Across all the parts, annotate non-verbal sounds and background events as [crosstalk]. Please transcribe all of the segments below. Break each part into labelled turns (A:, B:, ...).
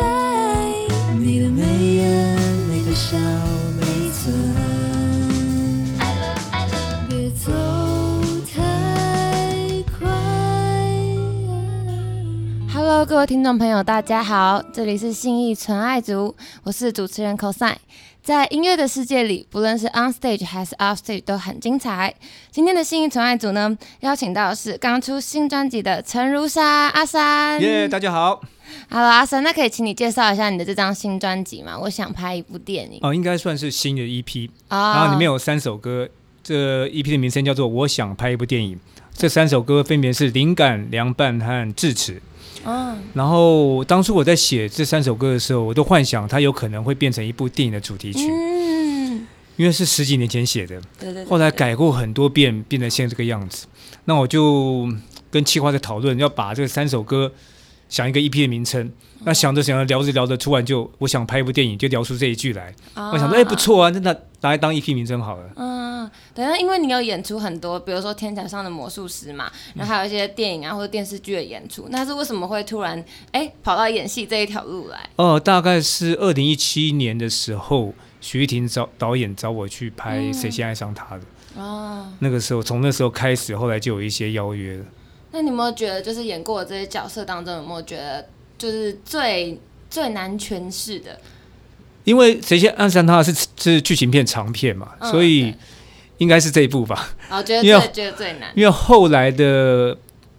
A: 来。你的眉眼，你的笑，每寸。爱了爱了，别走太快。
B: Hello，各位听众朋友，大家好，这里是信义纯爱族，我是主持人 cosine。在音乐的世界里，不论是 on stage 还是 off stage 都很精彩。今天的信义纯爱组呢，邀请到的是刚出新专辑的陈如莎阿三。
C: 耶、大家好。
B: Hello，阿三，那可以请你介绍一下你的这张新专辑吗？我想拍一部电影。
C: 哦，应该算是新的 EP，、
B: 啊
C: 然后里面有三首歌，这 EP 的名称叫做《我想拍一部电影》。这三首歌分别是《灵感》《凉拌》和《智齿》。
B: 嗯，
C: 然后当初我在写这三首歌的时候，我都幻想它有可能会变成一部电影的主题曲，
B: 嗯，
C: 因为是十几年前写的，
B: 对对对
C: 后来改过很多遍，变成现在这个样子。那我就跟企划在讨论，要把这三首歌想一个 EP 的名称。那想着想着聊着聊着，突然就我想拍一部电影，就聊出这一句来。我想说，哎、不。
B: 啊
C: 错啊，那那拿来当 EP 名称好了。
B: 嗯，对，那因为你有演出很多，比如说《天桥上的魔术师》嘛，
C: 嗯
B: 然后还有一些电影啊或者电视剧的演出，那是为什么会突然哎跑到演戏这一条路来？
C: 哦、大概是二零一七年的时候，徐玉婷找导演找我去拍
B: 嗯
C: 《谁先爱上他》的。
B: 哦，
C: 那个时候，从那时候开始，后来就有一些邀约了。
B: 那你有没有觉得就是演过的这些角色当中，有没有觉得就是最最难诠释的？
C: 因为《谁先爱上他》是是剧情片长片嘛，
B: 嗯
C: 所以
B: 对
C: 应该是这一部吧。
B: 然后觉得
C: 因为
B: 最觉得最难？
C: 因为后来的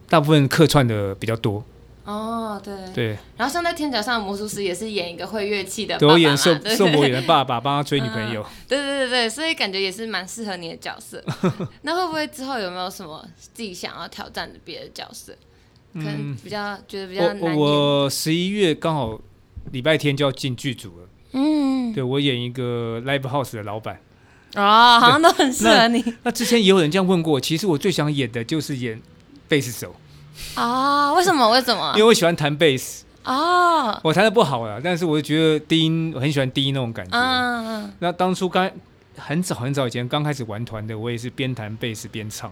C: 大部分客串的比较多，
B: 哦，对。
C: 对，
B: 然后像在《天桥上的魔术师》也是演一个会乐器的爸爸
C: 导
B: 嘛，
C: 演宋
B: 对嗯
C: 宋博演的爸爸帮他追女朋友。
B: 对对对对，所以感觉也是蛮适合你的角
C: [laughs]
B: 色。那会不会之后有没有什么自己想要挑战的别的角色？可能比较觉得比较
C: 嗯我
B: 难演。
C: 我十一月刚好礼拜天就要进剧组了，
B: 嗯，
C: 对我演一个 live house 的老板。
B: 哦，好像都很适合你
C: 那之前也有人这样问过我，其实我最想演的就是演贝斯手，
B: 啊、为什么？为什么
C: 因为？我喜欢弹贝斯，
B: 哦，
C: 我弹的不好了，但是我就觉得低音我很喜欢低音那种感觉。
B: 嗯，
C: 那当初刚很早很早以前刚开始玩团的，我也是边弹贝斯边唱，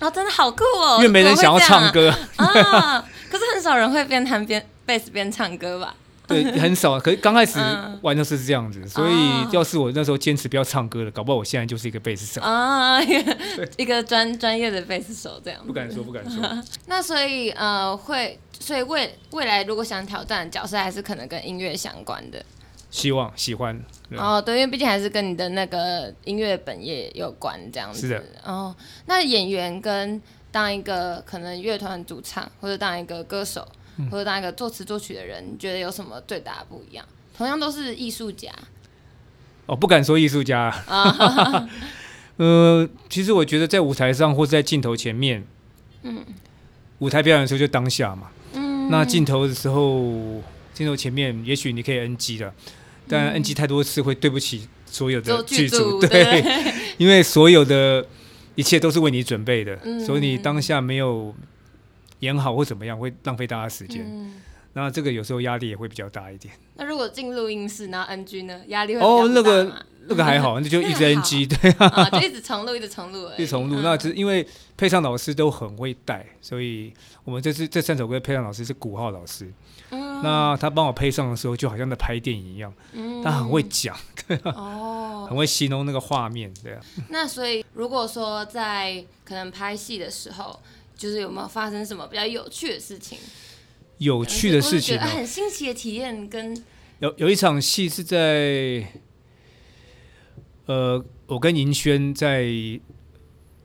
B: 哦，真的好酷哦！
C: 因为没人想要唱歌。
B: 怎么会这样啊。啊可是很少人会边弹边贝斯边唱歌吧？
C: [laughs] 对，很少。可是刚开始
B: 嗯
C: 玩的是这样子，所
B: 哦
C: 以要是我那时候坚持不要唱歌了，搞不好我现在就是一个贝斯手。
B: 啊，一个 [laughs] 一个专专业的贝斯手这样子
C: 不。敢说，不敢说。
B: 那所以呃，会所以未未来如果想挑战的角色，还是可能跟音乐相关的。
C: 希望喜欢。对啊
B: 哦，对，因为毕竟还是跟你的那个音乐本业有关这样子。
C: 是的。
B: 哦，那演员跟当一个可能乐团主唱，或者当一个歌手，
C: 嗯
B: 或者当一个作词作曲的人，你觉得有什么最大的不一样？同样都是艺术家
C: 哦，不敢说艺术家。
B: 啊，
C: [laughs] 呃，其实我觉得在舞台上或是在镜头前面，嗯，舞台表演的时候就当下嘛。
B: 嗯，
C: 那镜头的时候，镜头前面也许你可以 NG 的，但 NG 太多次会对不起所有
B: 嗯做
C: 的
B: 剧
C: 剧
B: 组
C: 组，对， [laughs] 因为所有的一切都是为你准备的，
B: 嗯
C: 所以你当下没有演好或怎么样，会浪费大家时间。
B: 嗯，
C: 那这个有时候压力也会比较大一点。
B: 那如果进录音室，然后 NG 呢，压力会比较
C: 哦，那
B: 大
C: 个
B: 吗
C: 那个还好，那就一直 NG，对，
B: 啊，就一直重录，一直重录而已，
C: [laughs] 一直重录。
B: 嗯
C: 那只因为配唱老师都很会带，所以我们这次这三首歌的配唱老师是古浩老师，
B: 嗯
C: 那他帮我配唱的时候，就好像在拍电影一样，
B: 嗯
C: 他很会讲，
B: 哦。
C: 很会形容那个画面，对啊。
B: 那所以，如果说在可能拍戏的时候，就是有没有发生什么比较有趣的事情？
C: 有趣的事情
B: 或者觉得啊
C: 哦，
B: 很新奇的体验跟
C: 有有一场戏是在，呃，我跟银轩在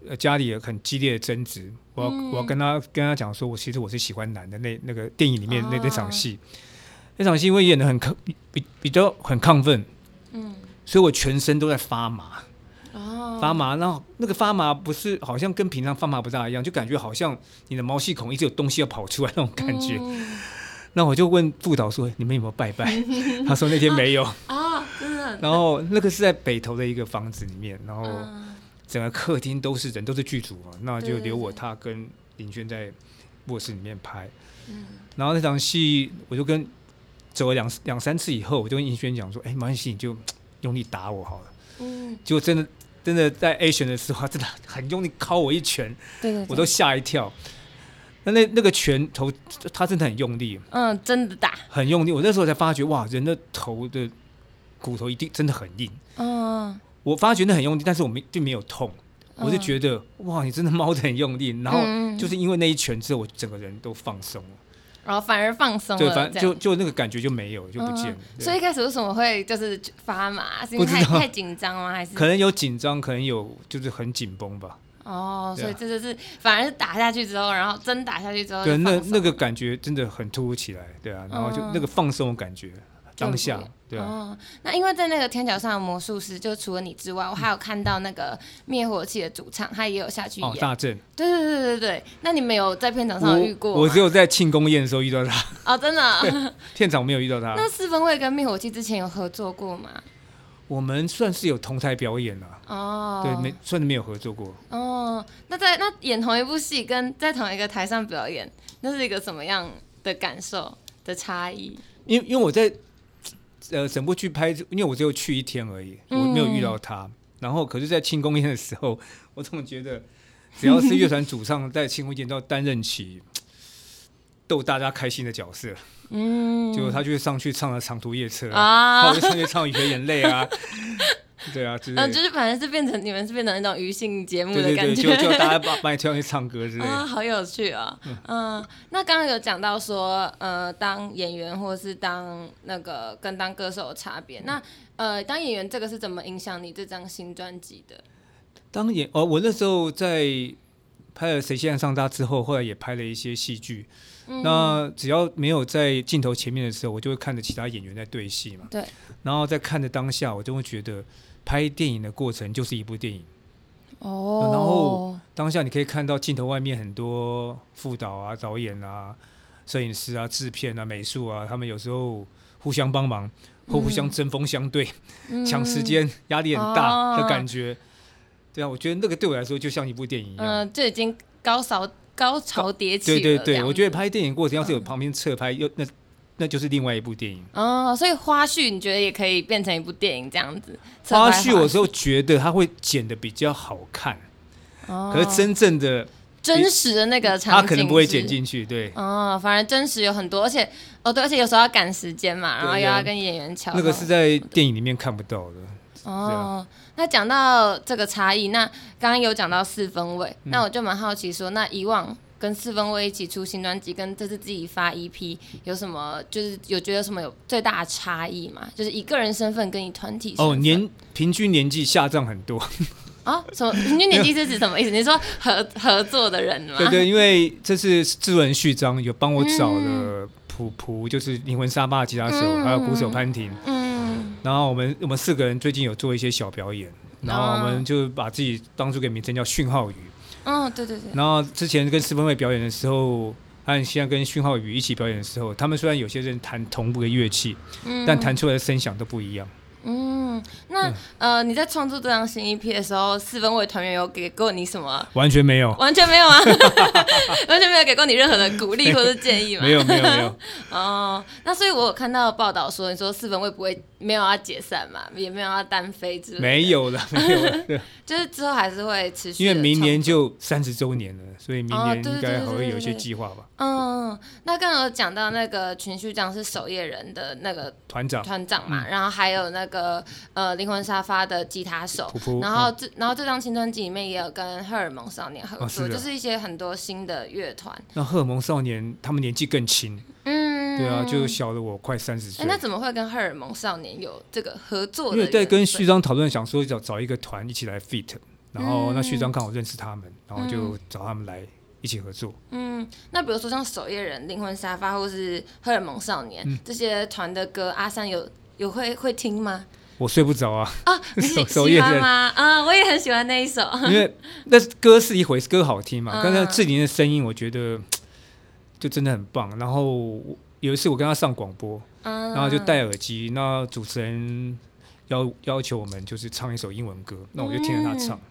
C: 呃家里有很激烈的争执，我要、
B: 嗯
C: 我要跟他跟他讲说，我其实我是喜欢男的，那那个电影里面那、那
B: 哦
C: 场戏，那场戏因为演的很亢比比较很亢奋，
B: 嗯
C: 所以我全身都在发麻
B: 哦
C: 发麻，然后那个发麻不是好像跟平常发麻不大一样，就感觉好像你的毛细孔一直有东西要跑出来那种感觉。
B: 嗯
C: 那我就问副导说，你们有没有拜拜？ [laughs] 他说那天没有。
B: 啊，真的
C: 然后那个是在北投的一个房子里面，然后
B: 嗯
C: 整个客厅都是人，都是剧组嘛，那
B: 对
C: 就
B: 对
C: 留我
B: 对
C: 他
B: 嗯
C: 跟林轩在卧室里面拍。然后那场戏，我就跟走了两两三次以后，我就跟银轩讲说，哎，没关系，你就用力打我好了。
B: 嗯，
C: 结果真的真的在 A 选的时候，他真的很用力敲我一拳，
B: 对对对，
C: 我都吓一跳。那那那个拳头，他真的很用力，
B: 嗯真的打，
C: 很用力。我那时候才发觉，哇，人的头的骨头一定真的很硬。
B: 嗯，
C: 我发觉那很用力，但是我没并没有痛，我
B: 得
C: 就觉得、哇，你真的猫的很用力。然后
B: 嗯嗯嗯嗯
C: 就是因为那一拳之后，我整个人都放松了，
B: 然后反而放松了，
C: 对，反正
B: 这
C: 就
B: 样
C: 就那个感觉就没有了，就不见了。
B: 嗯
C: 对
B: 所以一开始为什么会就是发麻？是因为
C: 不知
B: 太
C: 道
B: 太紧张吗？还是
C: 可能有紧张，可能有就是很紧绷吧。
B: 哦，
C: 对
B: 所
C: 啊
B: 以这就是反而是打下去之后，然后真打下去之后就
C: 对，
B: 哦放
C: 那
B: 松，
C: 那个感觉真的很突如其来，对啊，然后就
B: 嗯
C: 那个放松的感觉，当下
B: 就很，
C: 对啊，
B: 哦，那因为在那个天桥上的魔术师，就除了你之外，我还有看到那个灭火器的主唱，他也有下去演。
C: 哦，大正，
B: 对对对对对，那你们有在片场上有遇过吗
C: 我我只有在庆功宴的时候遇到他，
B: 哦，真的哦、
C: [laughs] 现场没有遇到他。
B: 那四分卫跟灭火器之前有合作过吗？
C: 我们算是有同台表演了，
B: 哦，
C: 对，没算是没有合作过。
B: 哦，那在那演同一部戏跟在同一个台上表演，那是一个什么样的感受的差异？
C: 因为因为我在呃整部剧拍，因为我只有去一天而已，我
B: 嗯
C: 没有遇到他。然后可是，在庆功宴的时候，我总觉得只要是乐团主唱在庆功宴都要担任起逗大家开心的角色，
B: 嗯，
C: 就他就会上去唱了《长途夜车》
B: 啊
C: 然后就上去唱《雨和眼泪》啊，
B: [laughs]
C: 对啊之类
B: 嗯、
C: 的
B: 就。是反正是变成你们是变成一种娱乐节目
C: 对
B: 的
C: 对
B: 感
C: 对，
B: 觉，
C: 就就大家把把你推上去唱歌之类
B: 啊，
C: 的。
B: 好有趣哦。嗯、那刚刚有讲到说，呃，当演员或是当那个跟当歌手的差别，那呃，当演员这个是怎么影响你这张新专辑的？
C: 当演哦，我那时候在拍了《谁先爱上他》之后，后来也拍了一些戏剧。那只要没有在镜头前面的时候，我就会看着其他演员在对戏嘛。
B: 对。
C: 然后在看着当下，我就会觉得拍电影的过程就是一部电影。
B: 哦
C: 然后当下你可以看到镜头外面很多副导啊、导演啊、摄影师啊、制片啊、美术啊，他们有时候互相帮忙或互相针锋相对，
B: 嗯
C: 抢时间，压力很
B: 哦
C: 大的感觉。对啊，我觉得那个对我来说就像一部电影一样。
B: 嗯、这已经高潮高潮迭起
C: 对
B: 了，
C: 对
B: 这
C: 对，
B: 样
C: 我觉得拍电影过程要是有旁边侧拍，又那那就是另外一部电影。
B: 哦，所以花絮你觉得也可以变成一部电影这样子？侧
C: 花
B: 拍
C: 絮有时候觉得它会剪的比较好看，
B: 哦
C: 可是真正的
B: 真实的那个场景
C: 它
B: 是，
C: 可能不会剪进去。对，
B: 哦，反而真实有很多，而且哦对，而且有时候要赶时间嘛，然后又
C: 对啊
B: 要跟演员瞧。
C: 那个是在电影里面看不到的。
B: 哦。那讲到这个差异，那刚刚有讲到四分位，
C: 嗯
B: 那我就蛮好奇说，那以往跟四分位一起出新专辑，跟这次自己发 EP 有什么，就是有觉得什么有最大的差异吗？就是以个人身份跟以团体身
C: 哦，
B: 份
C: 年平均年纪下降很多。
B: 啊什么平均年纪是指什么意思？你说合合作的人吗？
C: 对对，因为这次制作人序章有帮我找
B: 嗯
C: 了普普，就是灵魂沙巴的吉他手，
B: 嗯
C: 还有鼓手潘婷。
B: 嗯，
C: 然后我们我们四个人最近有做一些小表演，然后我们就把自己当初给名称叫讯号鱼。
B: 嗯，对对对，
C: 然后之前跟四分卫表演的时候，和现在跟讯号宇一起表演的时候，他们虽然有些人弹同步的乐器，
B: 嗯，
C: 但弹出来的声响都不一样。
B: 嗯，那、呃，你在创作这张新 EP 的时候，四分卫团员有给过你什么？
C: 完全没有，
B: 完全没有啊， [laughs] 完全没有给过你任何的鼓励或者建议吗？
C: 没有，没有，没有。
B: 哦，那所以我有看到报道说，你说四分卫不会没有要解散嘛，也没有要单飞之类的，
C: 没，有了，没有
B: [laughs]
C: 了。对
B: 就是之后还是会持续。
C: 因为明年，就三十周年了，所以明
B: 哦
C: 年
B: 对
C: 应
B: 对对
C: 该还会有一
B: 对对
C: 些
B: 对
C: 计划吧。
B: 嗯，那刚刚有讲到那个群序长是守夜人的那个
C: 团长
B: 团长
C: 嗯
B: 嘛，然后还有那个呃灵魂沙发的吉他手
C: 普，普
B: 然后这然后这张青春集里面也有跟荷尔蒙少年合
C: 哦
B: 作，
C: 是的
B: 就是一些很多新的乐团，
C: 那荷尔蒙少年他们年纪更轻，
B: 嗯，
C: 对啊，就小了我快三十
B: 哎
C: 岁，。
B: 那怎么会跟荷尔蒙少年有这个合作的
C: 因
B: 缘
C: 为
B: 分？
C: 在跟序章讨论，想说找找一个团一起来 fit，然后那序章刚好认识他们，然后就找他们来一起合作。
B: 嗯，那比如说像守夜人、灵魂沙发或是荷尔蒙少年、
C: 嗯
B: 这些团的歌，阿三有有会会听吗？
C: 我睡不着啊，
B: [laughs] 啊，你喜
C: 守守
B: 喜
C: 夜
B: 欢
C: 人
B: 吗？啊，我也很喜欢那一首。
C: 因为那歌是一回事，歌好听嘛。
B: 嗯
C: 刚才志玲的声音，我觉得就真的很棒。然后我有一次我跟她上广播，
B: 嗯，
C: 然后就戴耳机，那主持人要要求我们就是唱一首英文歌，那我就听着她唱。
B: 嗯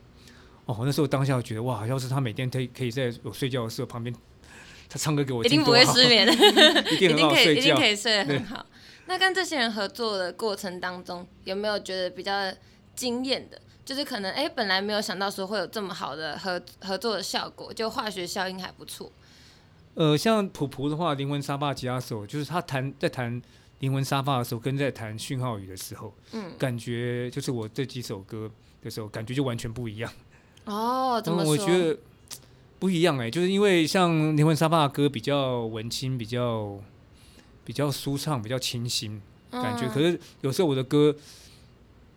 C: 哦，我那时候当下我觉得哇，要是她每天可以可以在我睡觉的时候旁边，她唱歌给我
B: 一
C: 听，
B: 定不
C: 多
B: 会
C: 好
B: 失，眠的。
C: [laughs] 一
B: 一
C: 定很
B: 定
C: 好
B: 可以，
C: 睡
B: 一定
C: 觉
B: 可。以睡得很好。那跟这些人合作的过程当中，有没有觉得比较惊艳的？就是可能哎、诶本来没有想到说会有这么好的合合作的效果，就化学效应还不错。
C: 呃，像普普的话，灵魂沙发吉他手，就是他弹在弹灵魂沙发的时候，跟在弹讯号语的时候，
B: 嗯，
C: 感觉就是我这几首歌的时候，感觉就完全不一样。
B: 哦，怎
C: 嗯，
B: 么说？
C: 我觉得嘖不一样哎、就是因为像灵魂沙发的歌比较文青，比较比较舒畅，比较清新感觉。
B: 嗯 [laughs]
C: 可是 [laughs] 有时候我的歌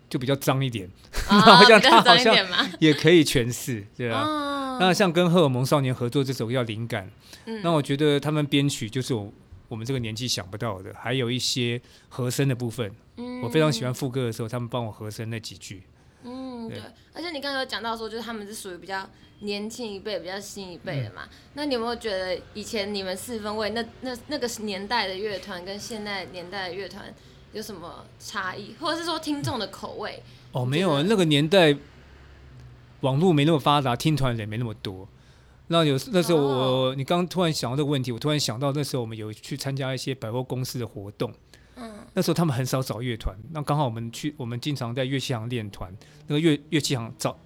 C: 就比较脏一点，
B: 哦
C: 好像
B: 比较
C: 他
B: 脏
C: 好
B: 一
C: 像
B: 点嘛
C: 也可以诠释， [laughs] 对啊。
B: 哦
C: 那像跟荷尔蒙少年合作这首歌叫《灵感》，
B: 嗯
C: 那我觉得他们编曲就是我我们这个年纪想不到的，还有一些和声的部分，我非常喜欢副歌的时候，他们帮我和声那几句。
B: 嗯，
C: 对
B: 对，而且你刚刚有讲到说，就是他们是属于比较年轻一辈、比较新一辈的嘛。
C: 嗯
B: 那你有没有觉得以前你们四分卫那那那个年代的乐团跟现在年代的乐团有什么差异，或者是说听众的口味？
C: 哦，
B: 你
C: 没
B: 觉
C: 有啊，
B: 得
C: 那个年代网络没那么发达，听团人没那么多。那有那时候我，
B: 哦
C: 你刚突然想到这个问题，我突然想到那时候我们有去参加一些百货公司的活动，
B: 嗯，
C: 那时候他们很少找乐团，那刚好我们去，我们经常在乐器行练团，那个乐乐器行找，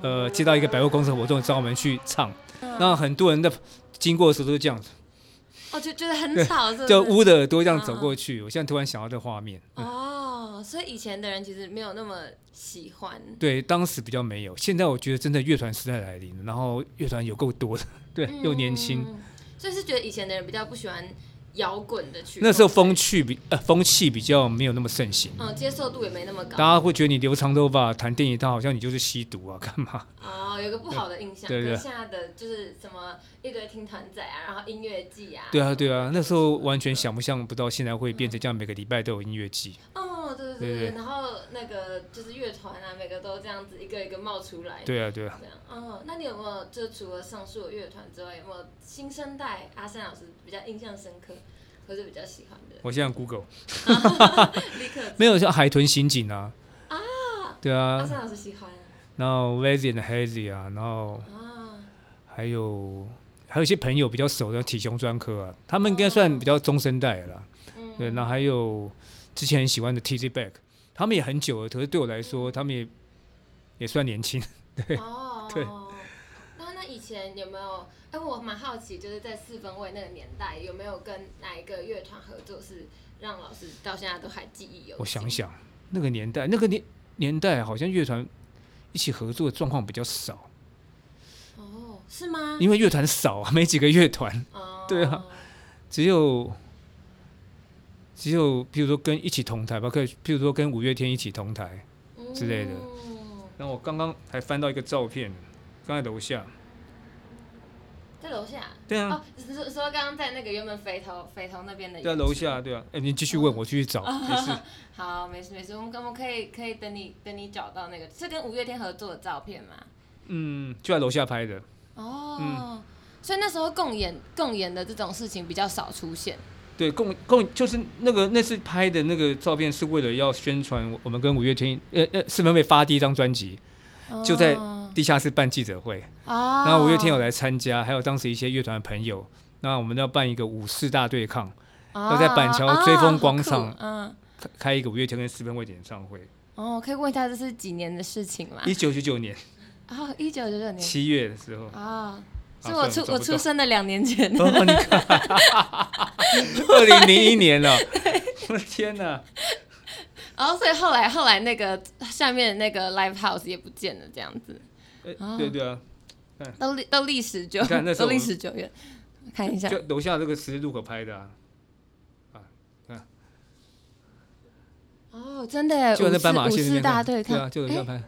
C: 呃，接到一个百货公司的活动，找我们去唱，
B: 嗯
C: 那很多人的经过的时候都是这样子，
B: 哦，就觉得很吵，是不是？
C: 就捂着耳朵这
B: 嗯
C: 样走过去。我现在突然想到这画面，嗯
B: 哦，所以以前的人其实没有那么喜欢。
C: 对，当时比较没有，现在我觉得真的乐团时代来临了，然后乐团有够多的，对，又年轻。
B: 嗯，所以是觉得以前的人比较不喜欢摇滚的曲风。
C: 那时候风趣比呃风气比较没有那么盛行，
B: 嗯，接受度也没那么
C: 大
B: 高。
C: 家会觉得你留长头发弹电吉他，好像你就是吸毒啊，干嘛？ [laughs]
B: 哦，有个不好的印象，
C: 对对
B: 跟现在的就是什么一堆听团仔啊，然后音乐季啊，
C: 对啊，对啊，那时候完全想不象不到，现在会变成这样，每个礼拜都有音乐季。
B: 哦，对对
C: 对
B: 对
C: 对
B: 对，然后那个就是乐团啊，每个都这样子一个一个冒出来，，
C: 对啊，对啊，
B: 这样，哦，那你有没有就除了上述的乐团之外，有没有新生代阿三老师比较印象深刻，或者比较喜欢的？
C: 我现在 Google
B: 立刻，
C: 没有像海豚刑警啊，啊，对
B: 阿
C: 啊，
B: 三老师喜欢
C: 然后 v a z i and Hazy 啊，然后
B: 啊，
C: 还有还有一些朋友比较熟的体雄专科啊，他们应该算比较中生代了啦。
B: 嗯，
C: 对，那还有之前很喜欢的 TZ Back，他们也很久了，可是对我来说，他们也也算年轻。
B: 哦，
C: 对
B: 那那以前有没有？哎、我蛮好奇，就是在四分位那个年代，有没有跟哪一个乐团合作是让老师到现在都还记忆犹新？
C: 我想，想，那个年代，那个年年代好像乐团一起合作的状况比较少，
B: 哦，是吗？
C: 因为乐团少啊，没几个乐团，
B: 哦，
C: 对啊，只有只有，比如说跟一起同台吧，可以，譬如说跟五月天一起同台。
B: 哦
C: 之类的
B: 嗯、
C: 然后我刚刚还翻到一个照片，刚在楼下。
B: 在楼下。
C: 对啊，
B: 哦，是是说刚刚在那个原本肥头肥头那边的，
C: 在楼下，。对啊。哎，你继续
B: 哦
C: 问，我继续找。也是，
B: [laughs] 好，没事没事，我们我们可以可以等你等你找到那个是跟五月天合作的照片吗？
C: 嗯，就在楼下拍的。
B: 哦，所以那时候共演共演的这种事情比较少出现。
C: 对，共共就是那个那次拍的那个照片是为了要宣传我们跟五月天呃呃四分卫发第一张专辑，就在
B: 哦，啊
C: 地下室办记者会，
B: 然
C: 然后五月天有来参加，还有当时一些乐团的朋友。那我们要办一个五四大对抗，要在板桥追风广场
B: 啊嗯，
C: 开开一个五月天跟四分卫的演唱会。
B: 哦，可以问一下这是几年的事情吗？
C: 一九九九年
B: 啊哦，一九九九年
C: 七月的时候，
B: 啊，是
C: 啊
B: 我
C: 算了
B: 出
C: 找
B: 我
C: 不
B: 出
C: 到
B: 生的两年前。
C: [laughs] 哦，你看，二零零一
B: [laughs]
C: 年了，我的天哪！
B: 然哦后所以后来后来那个下面那个 live house 也不见了，这样子
C: 哎
B: 哦
C: 对对啊，
B: 都历都历史久
C: 你看那，时
B: 都
C: 候我
B: 历
C: 们
B: 史久远。看一下
C: 就，楼下这个十字路口拍的啊，
B: 哦，真的耶，
C: 就在
B: 五四
C: 斑马
B: 五
C: 线那
B: 四
C: 边
B: 大
C: 看
B: 对
C: 对啊，
B: 抗，
C: 就楼
B: 哎
C: 下拍，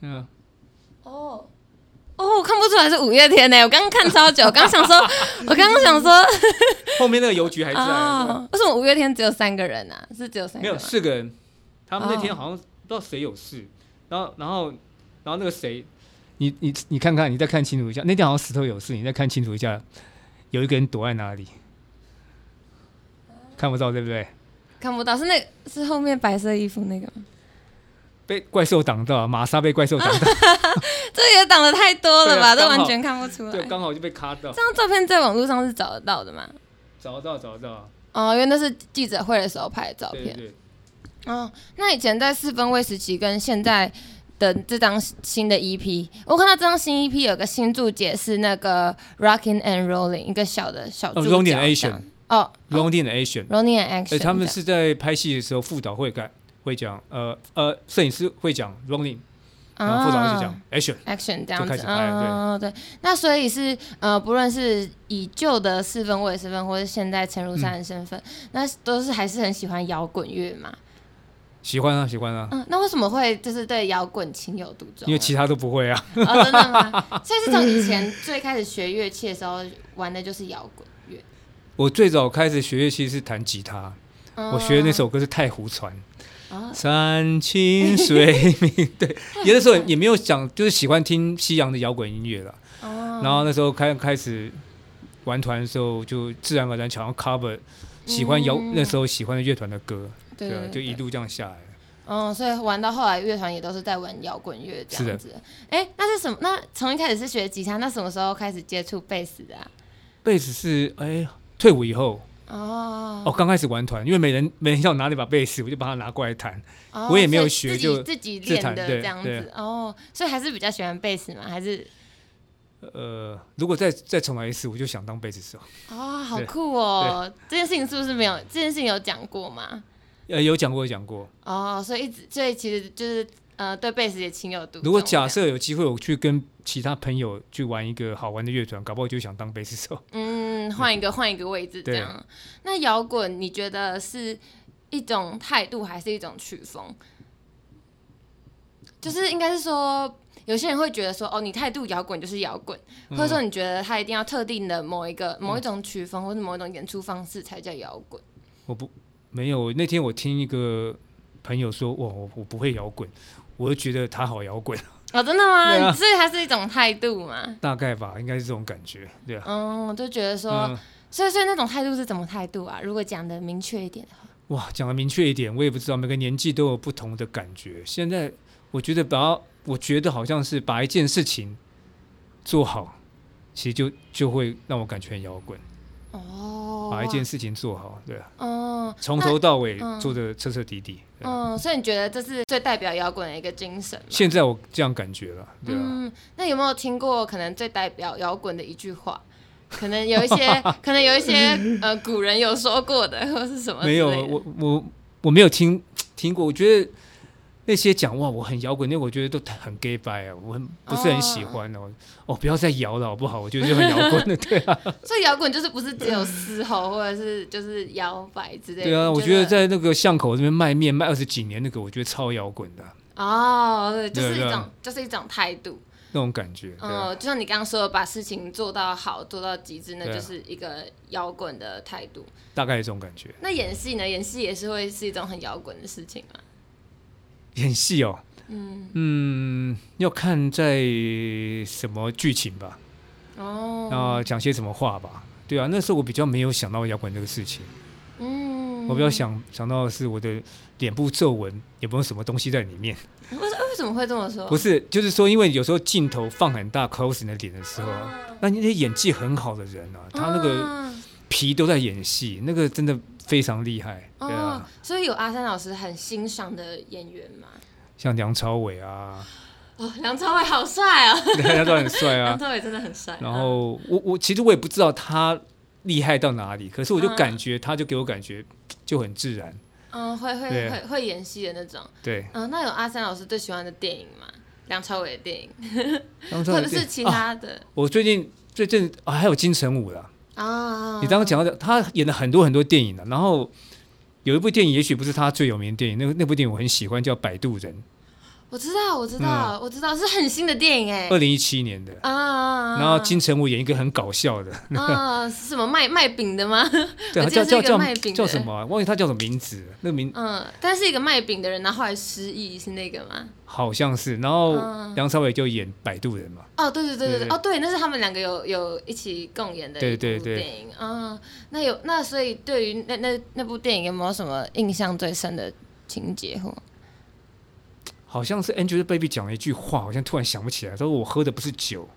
C: 嗯啊。
B: 哦哦，我看不出来是五月天呢，我刚刚看超久，我刚想说，我刚刚想说，
C: 后面那个邮局还在、啊
B: 哦，为什么五月天只有三个人啊？是只有三个
C: 没有
B: 人吗？
C: 四个人，他们那天
B: 哦
C: 好像不知道谁有事，然后然后然后那个谁，你你你看看，你再看清楚一下，那天好像石头有事，你再看清楚一下，有一个人躲在哪里，
B: 啊
C: [laughs] 看不到对不对？
B: 看不到，是那个是后面白色衣服那个吗？
C: 被怪兽挡到，玛莎被怪兽挡到，
B: 这个也挡的太多了吧，
C: 对
B: 这
C: 啊
B: 完
C: [laughs]
B: 全看不出来。
C: 对，
B: 这
C: 刚好就被卡到，
B: 张照片在网络上是找得到的吗？
C: 找得到找得到，
B: 哦，因为那是记者会的时候拍的照
C: 对
B: 片。
C: 对，
B: 哦，那以前在四分卫时期跟现在的这张新的 EP，我看到这张新 EP 有个新注解是那个 Rocking and Rolling，一个小的小
C: 哦
B: 主角这
C: r o n i n
B: 样。
C: Asian，
B: 哦
C: r o n i n Asian，
B: ，Rolling and Action 这样。
C: 哎，他们是在拍戏的时候副导会干会讲，呃呃，摄影师会讲 r o n i n 然后副导会讲哎
B: 啊
C: Asian，
B: action 这样
C: 就开
B: 子
C: 始，拍
B: 嗯，对，那所以是呃，不论是以旧的四分卫身份，或是现在陈如山的身份，
C: 嗯
B: 那都是还是很喜欢摇滚乐嘛。
C: 喜欢啊喜欢啊，
B: 嗯，那为什么会就是对摇滚情有独钟啊？
C: 因为其他都不会啊，
B: 哦，真的
C: [laughs]
B: 吗？所以是从以前最开始学乐器的时候玩的就是摇滚乐。
C: 我最早开始学乐器是弹吉他，
B: 嗯
C: 我学的那首歌是《太湖船》
B: 啊，
C: 山清水
B: [laughs]
C: 明。对，有的时候也没有想，就是喜欢听西洋的摇滚音乐了。
B: 哦，
C: 然后那时候开开始玩团的时候，就自然而然想要 cover 喜欢摇、
B: 嗯
C: 那时候喜欢的乐团的歌，
B: 对
C: 啊
B: 对，
C: 就一
B: 对。
C: 路这样下来。
B: 嗯，所以玩到后来乐团也都是在玩摇滚乐这样子。哎，那是什么？那从一开始是学吉他，那什么时候开始接触贝斯的啊？
C: 贝斯是哎。退伍以后，哦，
B: 哦
C: 刚开始玩团，因为没人没人要拿那把贝斯，我就把它拿过来弹。
B: 哦
C: 我也没有
B: 所以
C: 学
B: 自己
C: 就
B: 自己
C: 自
B: 练
C: 弹
B: 的
C: 对
B: 这样
C: 对
B: 子。哦，所以还是比较喜欢贝斯嘛？还是
C: 呃，如果再再重来一次，我就想当贝斯手。
B: 哦，好
C: 对
B: 酷哦！这件事情是不是没有？这件事情有讲过吗？
C: 呃，有讲过，有讲过。
B: 哦，所以一直，所以其实就是呃，对贝斯也情有独钟。
C: 如果假，设有机会，我去跟其他朋友去玩一个好玩的乐团，搞不好就想当贝斯手。 [laughs]
B: 嗯，换一个换一个位置这
C: 对
B: 样。那摇滚你觉得是一种态度，还是一种曲风？就是应该是说，有些人会觉得说，哦，你态度摇滚就是摇滚，或者说
C: 嗯
B: 你觉得他一定要特定的某一个某一种曲风，或者某一种演出方式才叫摇滚。
C: 我不没有，那天我听一个朋友说，哇，我我不会摇滚，我就觉得他好摇滚， [laughs]
B: 哦，真的吗？
C: 对啊
B: 所以它是一种态度嘛？
C: 大概吧，应该是这种感觉，对啊。
B: 嗯，我就觉得说，
C: 嗯，
B: 所以所以那种态度是怎么态度啊？如果讲的明确一点的话，
C: 哇，讲的明确一点，我也不知道，每个年纪都有不同的感觉。现在我觉得把，我觉得好像是把一件事情做好，其实就就会让我感觉很摇滚。
B: 哦，
C: 把一件事情做好，对啊，
B: 哦，
C: 从头到尾
B: 嗯
C: 做的彻彻底底。对啊
B: 嗯，所以你觉得这是最代表摇滚的一个精神吗？
C: 现在我这样感觉了，对啊，
B: 嗯，那有没有听过可能最代表摇滚的一句话？可能有一
C: [laughs]
B: 些，可能有一些呃，古人有说过的，或是什么之
C: 没
B: 类
C: 有
B: 的？
C: 我我我没有听听过，我觉得那些讲哇我很摇滚，那我觉得都很 gay bye 啊，我很不是很喜欢哦、哦，不要再摇了好不好？我觉得就很摇
B: [laughs]
C: 滚的，对啊，
B: 所以摇滚就是不是只有嘶吼或者是就是摇摆之类的？
C: 对啊，
B: 你
C: 我觉得在那个巷口这边卖面卖二十几年那个，我觉得超摇滚的啊
B: 哦，对，就是
C: 对
B: 一
C: 对啊
B: 种就是一种态度。
C: 那种感觉，对啊
B: 嗯，就像你刚刚说的，把事情做到好，做到极致，那
C: 对啊
B: 就是一个摇滚的态度。
C: 大概是这种感觉。
B: 那演戏呢？演戏也是会是一种很摇滚的事情嘛。
C: 演戏哦，
B: 嗯，
C: 嗯，要看在什么剧情吧，
B: 哦，
C: 啊、讲些什么话吧，对啊，那时候我比较没有想到摇滚这个事情。
B: 嗯，
C: 我比较想想到的是我的脸部皱纹也没有什么东西在里面，
B: 为什为什么会这么说？
C: 不是，就是说，因为有时候镜头放很大 close 你的脸的时候
B: 哦
C: 啊，那那些演技很好的人啊，他那个
B: 啊
C: 皮都在演戏，那个真的非常厉害，对
B: 哦
C: 啊，，
B: 所以有阿三老师很欣赏的演员嘛。
C: 像梁朝伟啊， [laughs]
B: 哦，梁朝伟好帅哦，
C: 对他都很帅
B: 梁
C: 啊。
B: 朝伟真的很帅。
C: 然后我我其实我也不知道他厉害到哪里，可是我就感觉他就给我感觉就很自然，
B: 嗯，会会
C: 对
B: 会会演戏的那种。
C: 对。
B: 嗯，那有阿三老师最喜欢的电影吗？梁朝伟的电影，
C: 或
B: 或者是其他的
C: 啊我最近最近啊还有金城武啦。
B: 啊？
C: 你刚刚讲到的，他演了很多很多电影的、然后有一部电影，也许不是他最有名的电影，那那部电影我很喜欢，叫《摆渡人
B: 我知道，我知道，我知道，是很新的电影哎》，
C: 二。零一七年的。
B: 啊，
C: 然后金城武演一个很搞笑的，
B: 啊，是什么卖卖饼的吗？
C: 对
B: 我
C: 啊，
B: 记得
C: 叫
B: 是一
C: 叫
B: 个
C: 叫
B: 卖饼的
C: 叫什么、啊？忘记他叫什么名字，那名
B: 嗯，但是一个卖饼的人，然后后来失忆，是那个吗？
C: 好像是。然后
B: 嗯
C: 梁朝伟就演摆渡人嘛，
B: 哦，对对对对
C: 对
B: 对，哦对，那是他们两个有有一起共演的
C: 对
B: 一部
C: 对对
B: 电影啊。那有那所以对于那那那部电影有没有什么印象最深的情节或？
C: 好像是 Angelababy 讲了一句话，好像突然想不起来，她说我
B: [laughs]
C: 喝的不是酒，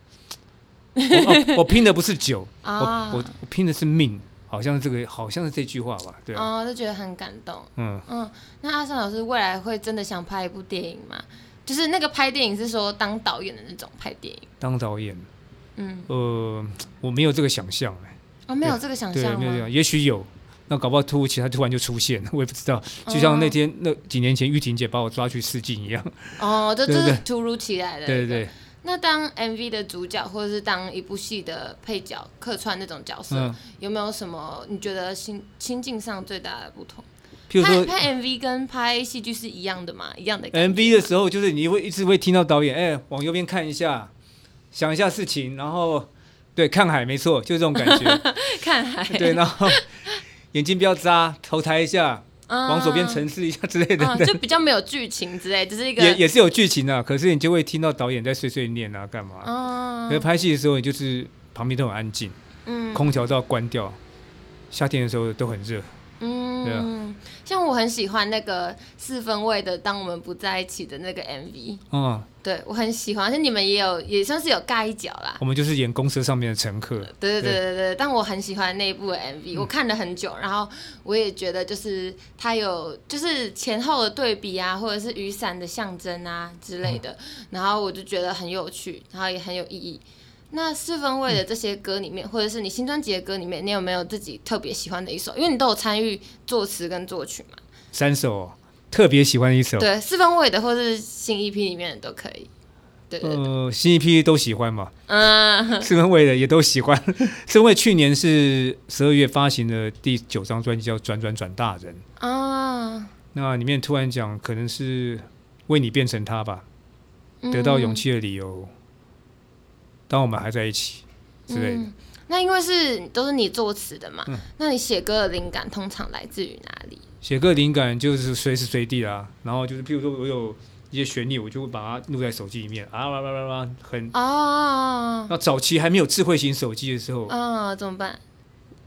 C: 我、哦我拼的不是酒，
B: 啊
C: 我我我拼的是命，好像是这个，好像是这句话吧？对啊，
B: 哦，就觉得很感动。
C: 嗯，
B: 嗯，那阿尚老师未来会真的想拍一部电影吗？就是那个拍电影是说当导演的那种拍电影。
C: 当导演，
B: 嗯，
C: 呃，我没有这个想象、哎
B: 哦，没有这个想
C: 对，
B: 象
C: 没有这
B: 吗？
C: 样，也许有。那搞不好突如其来，突然就出现，我也不知道。就像那天、那几年前玉婷姐把我抓去试镜一样，
B: 哦，就就
C: 对对
B: 是
C: 对
B: 突如其来的。
C: 对对对，
B: 那当 MV 的主角，或者是当一部戏的配角、客串那种角色，
C: 嗯
B: 有没有什么你觉得心心境上最大的不同？
C: 譬如
B: 拍
C: 说
B: 拍 MV 跟拍戏剧是一样的吗？一样的感觉
C: MV 的时候，就是你会一直会听到导演，哎、往右边看一下，想一下事情，然后对，看海，没错，就是这种感
B: [laughs]
C: 觉。
B: [laughs] 看海，
C: 对，然后眼睛不要眨，头抬一下，
B: 嗯，
C: 往左边沉思一下之类的。
B: 嗯，就比较没有剧情之类，只是一个
C: 也也是有剧情的、可是你就会听到导演在碎碎念啊，干嘛？
B: 嗯
C: 可是拍戏的时候，你就是旁边都很安静，
B: 嗯
C: 空调都要关掉。夏天的时候都很热，对啊
B: 嗯，像我很喜欢那个四分卫的《当我们不在一起》的那个 MV，
C: 嗯，
B: 对我很喜欢，而且你们也有也算是有盖一脚啦
C: 我。们就是演公车上面的乘客，
B: 对对对对对，但我很喜欢那一部的 MV，我看了很久，然后我也觉得就是它有就是前后的对比啊，或者是雨伞的象征啊之类的，然后我就觉得很有趣，然后也很有意义。那四分卫的这些歌里面，或者是你新专辑的歌里面，你有没有自己特别喜欢的一首？因为你都有参与作词跟作曲嘛。
C: 三首哦、特别喜欢一首，
B: 对，四分位的或是新 EP 里面的都可以。对对对，
C: 呃，新一批都喜欢嘛，
B: 嗯
C: 是因为的也都喜欢，是因为去年是十二月发行的第九张专辑叫《转转转大人》，
B: 啊，
C: 那里面突然讲可能是为你变成他吧，
B: 嗯
C: 得到勇气的理由，当我们还在一起之类的。
B: 嗯那因为是都是你作词的嘛，
C: 嗯
B: 那你写歌的灵感通常来自于哪里？
C: 写歌灵感就是随时随地啦，然后就是譬如说我有一些旋律，我就会把它录在手机里面啊啦啦啦啦，
B: 嗯
C: 很。
B: 哦，
C: 那早期还没有智慧型手机的时候，
B: 啊、怎么办？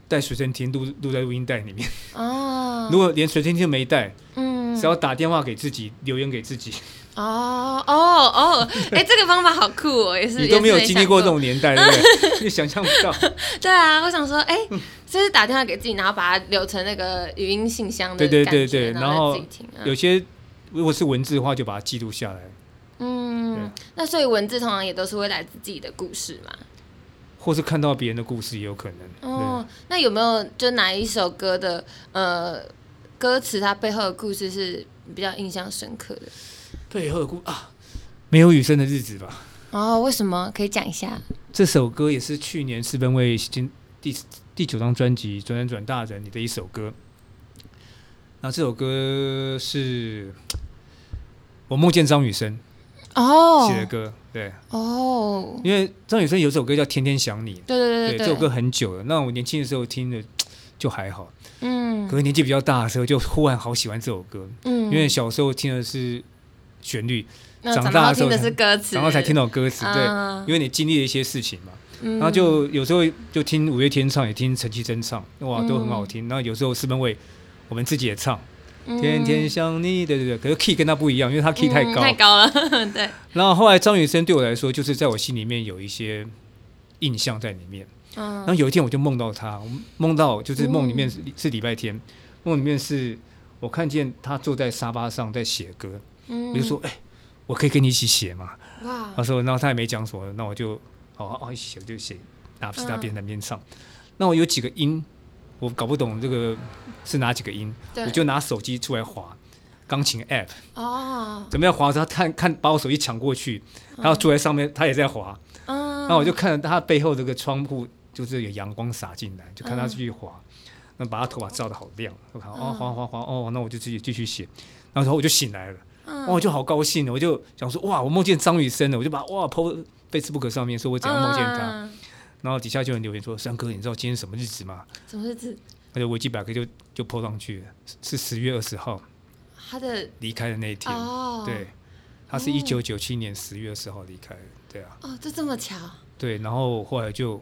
C: 带随身听录录在录音带里面。
B: 哦，
C: 如果连随身听都没带，
B: 嗯，
C: 只要打电话给自己，留言给自己，
B: 哦哦哦， [laughs] 哎、这个方法好酷哦，也是
C: 你都没有经历过
B: 也是很
C: 这。
B: 想
C: 种年代，对不
B: [laughs]
C: 对？你想象不到。
B: 对啊，我想说，哎、就是打电话给自己，然后把它留成那个语音信箱的
C: 对对
B: 感觉
C: 对对
B: 然
C: 然
B: 后
C: 后
B: 再自己听啊
C: 有些如果是文字的话，就把它记录下来，
B: 嗯，那所以文字通常也都是会来自自己的故事嘛。
C: 或是看到别人的故事也有可能。
B: 哦，那有没有就哪一首歌的呃歌词它背后的故事是比较印象深刻的？
C: 对，背后的故啊，没有雨声的日子吧。
B: 哦，为什么？可以讲一下？
C: 这首歌也是去年四分卫新第第九张专辑《转转转大人》里的一首歌。那这首歌是我梦见张雨生
B: 哦
C: 写的歌，对，
B: 哦，
C: 因为张雨生有首歌叫《天天想你》，
B: 对对对
C: 对，这首歌，很久了。那我年轻的时候听的就还好，
B: 嗯
C: 可是年纪比较大的时候，就忽然好喜欢这首歌，
B: 嗯，
C: 因为小时候听的是旋律，
B: 那
C: 长
B: 长
C: 大
B: 大
C: 的时
B: 听
C: 候
B: 的
C: 才
B: 是歌词，
C: 然后才听到歌词，对，
B: 啊
C: 因为你经历了一些事情嘛，
B: 嗯
C: 然后就有时候就听五月天唱，也听陈绮贞唱，哇，
B: 嗯
C: 都很好听。然后有时候四分卫我们自己也唱，天天想你，对对对，可是 key 跟他不一样，因为他 key 太
B: 嗯
C: 高。
B: 太高了，对，
C: 然后后来张雨生对我来说，就是在我心里面有一些印象在里面。然后
B: 嗯
C: 有一天我就梦到他，我梦到就是梦里面是是礼拜天，梦里面是我看见他坐在沙发上在写歌，
B: 嗯
C: 我就说，哎、我可以跟你一起写嘛？
B: 哇，
C: 他说，然后他也没讲什么，那我就哦哦一起写我就写，哪是他
B: 嗯
C: 边弹边唱。那我有几个音，我搞不懂这个是哪几个音，
B: 对
C: 我就拿手机出来划钢琴 app，
B: 哦，
C: 怎么样划的时候？他看看把我手机抢过去，然后坐在上面，他也在划。
B: 嗯，
C: 那我就看着他背后这个窗户，就是有阳光洒进
B: 嗯
C: 来，就看他继续滑，那把他头发照得好亮，我看
B: 嗯
C: 哦滑滑滑哦，那我就自己继续写，然后我就醒来了，
B: 嗯
C: 哇，我就好高兴了，我就想说哇，我梦见张雨生了，我就把哇 po Facebook 上面说我怎样梦见他，
B: 嗯，
C: 然后底下就有人留言说三哥，你知道今天什么日子吗？
B: 怎么是指
C: 那就维基百科就就 po 上去了，是十月二十号
B: 他的
C: 离开的那一天，
B: 哦，
C: 对，他是一九九七年十月二十号离开的，对啊，
B: 哦，就这么巧。
C: 对，然后后来就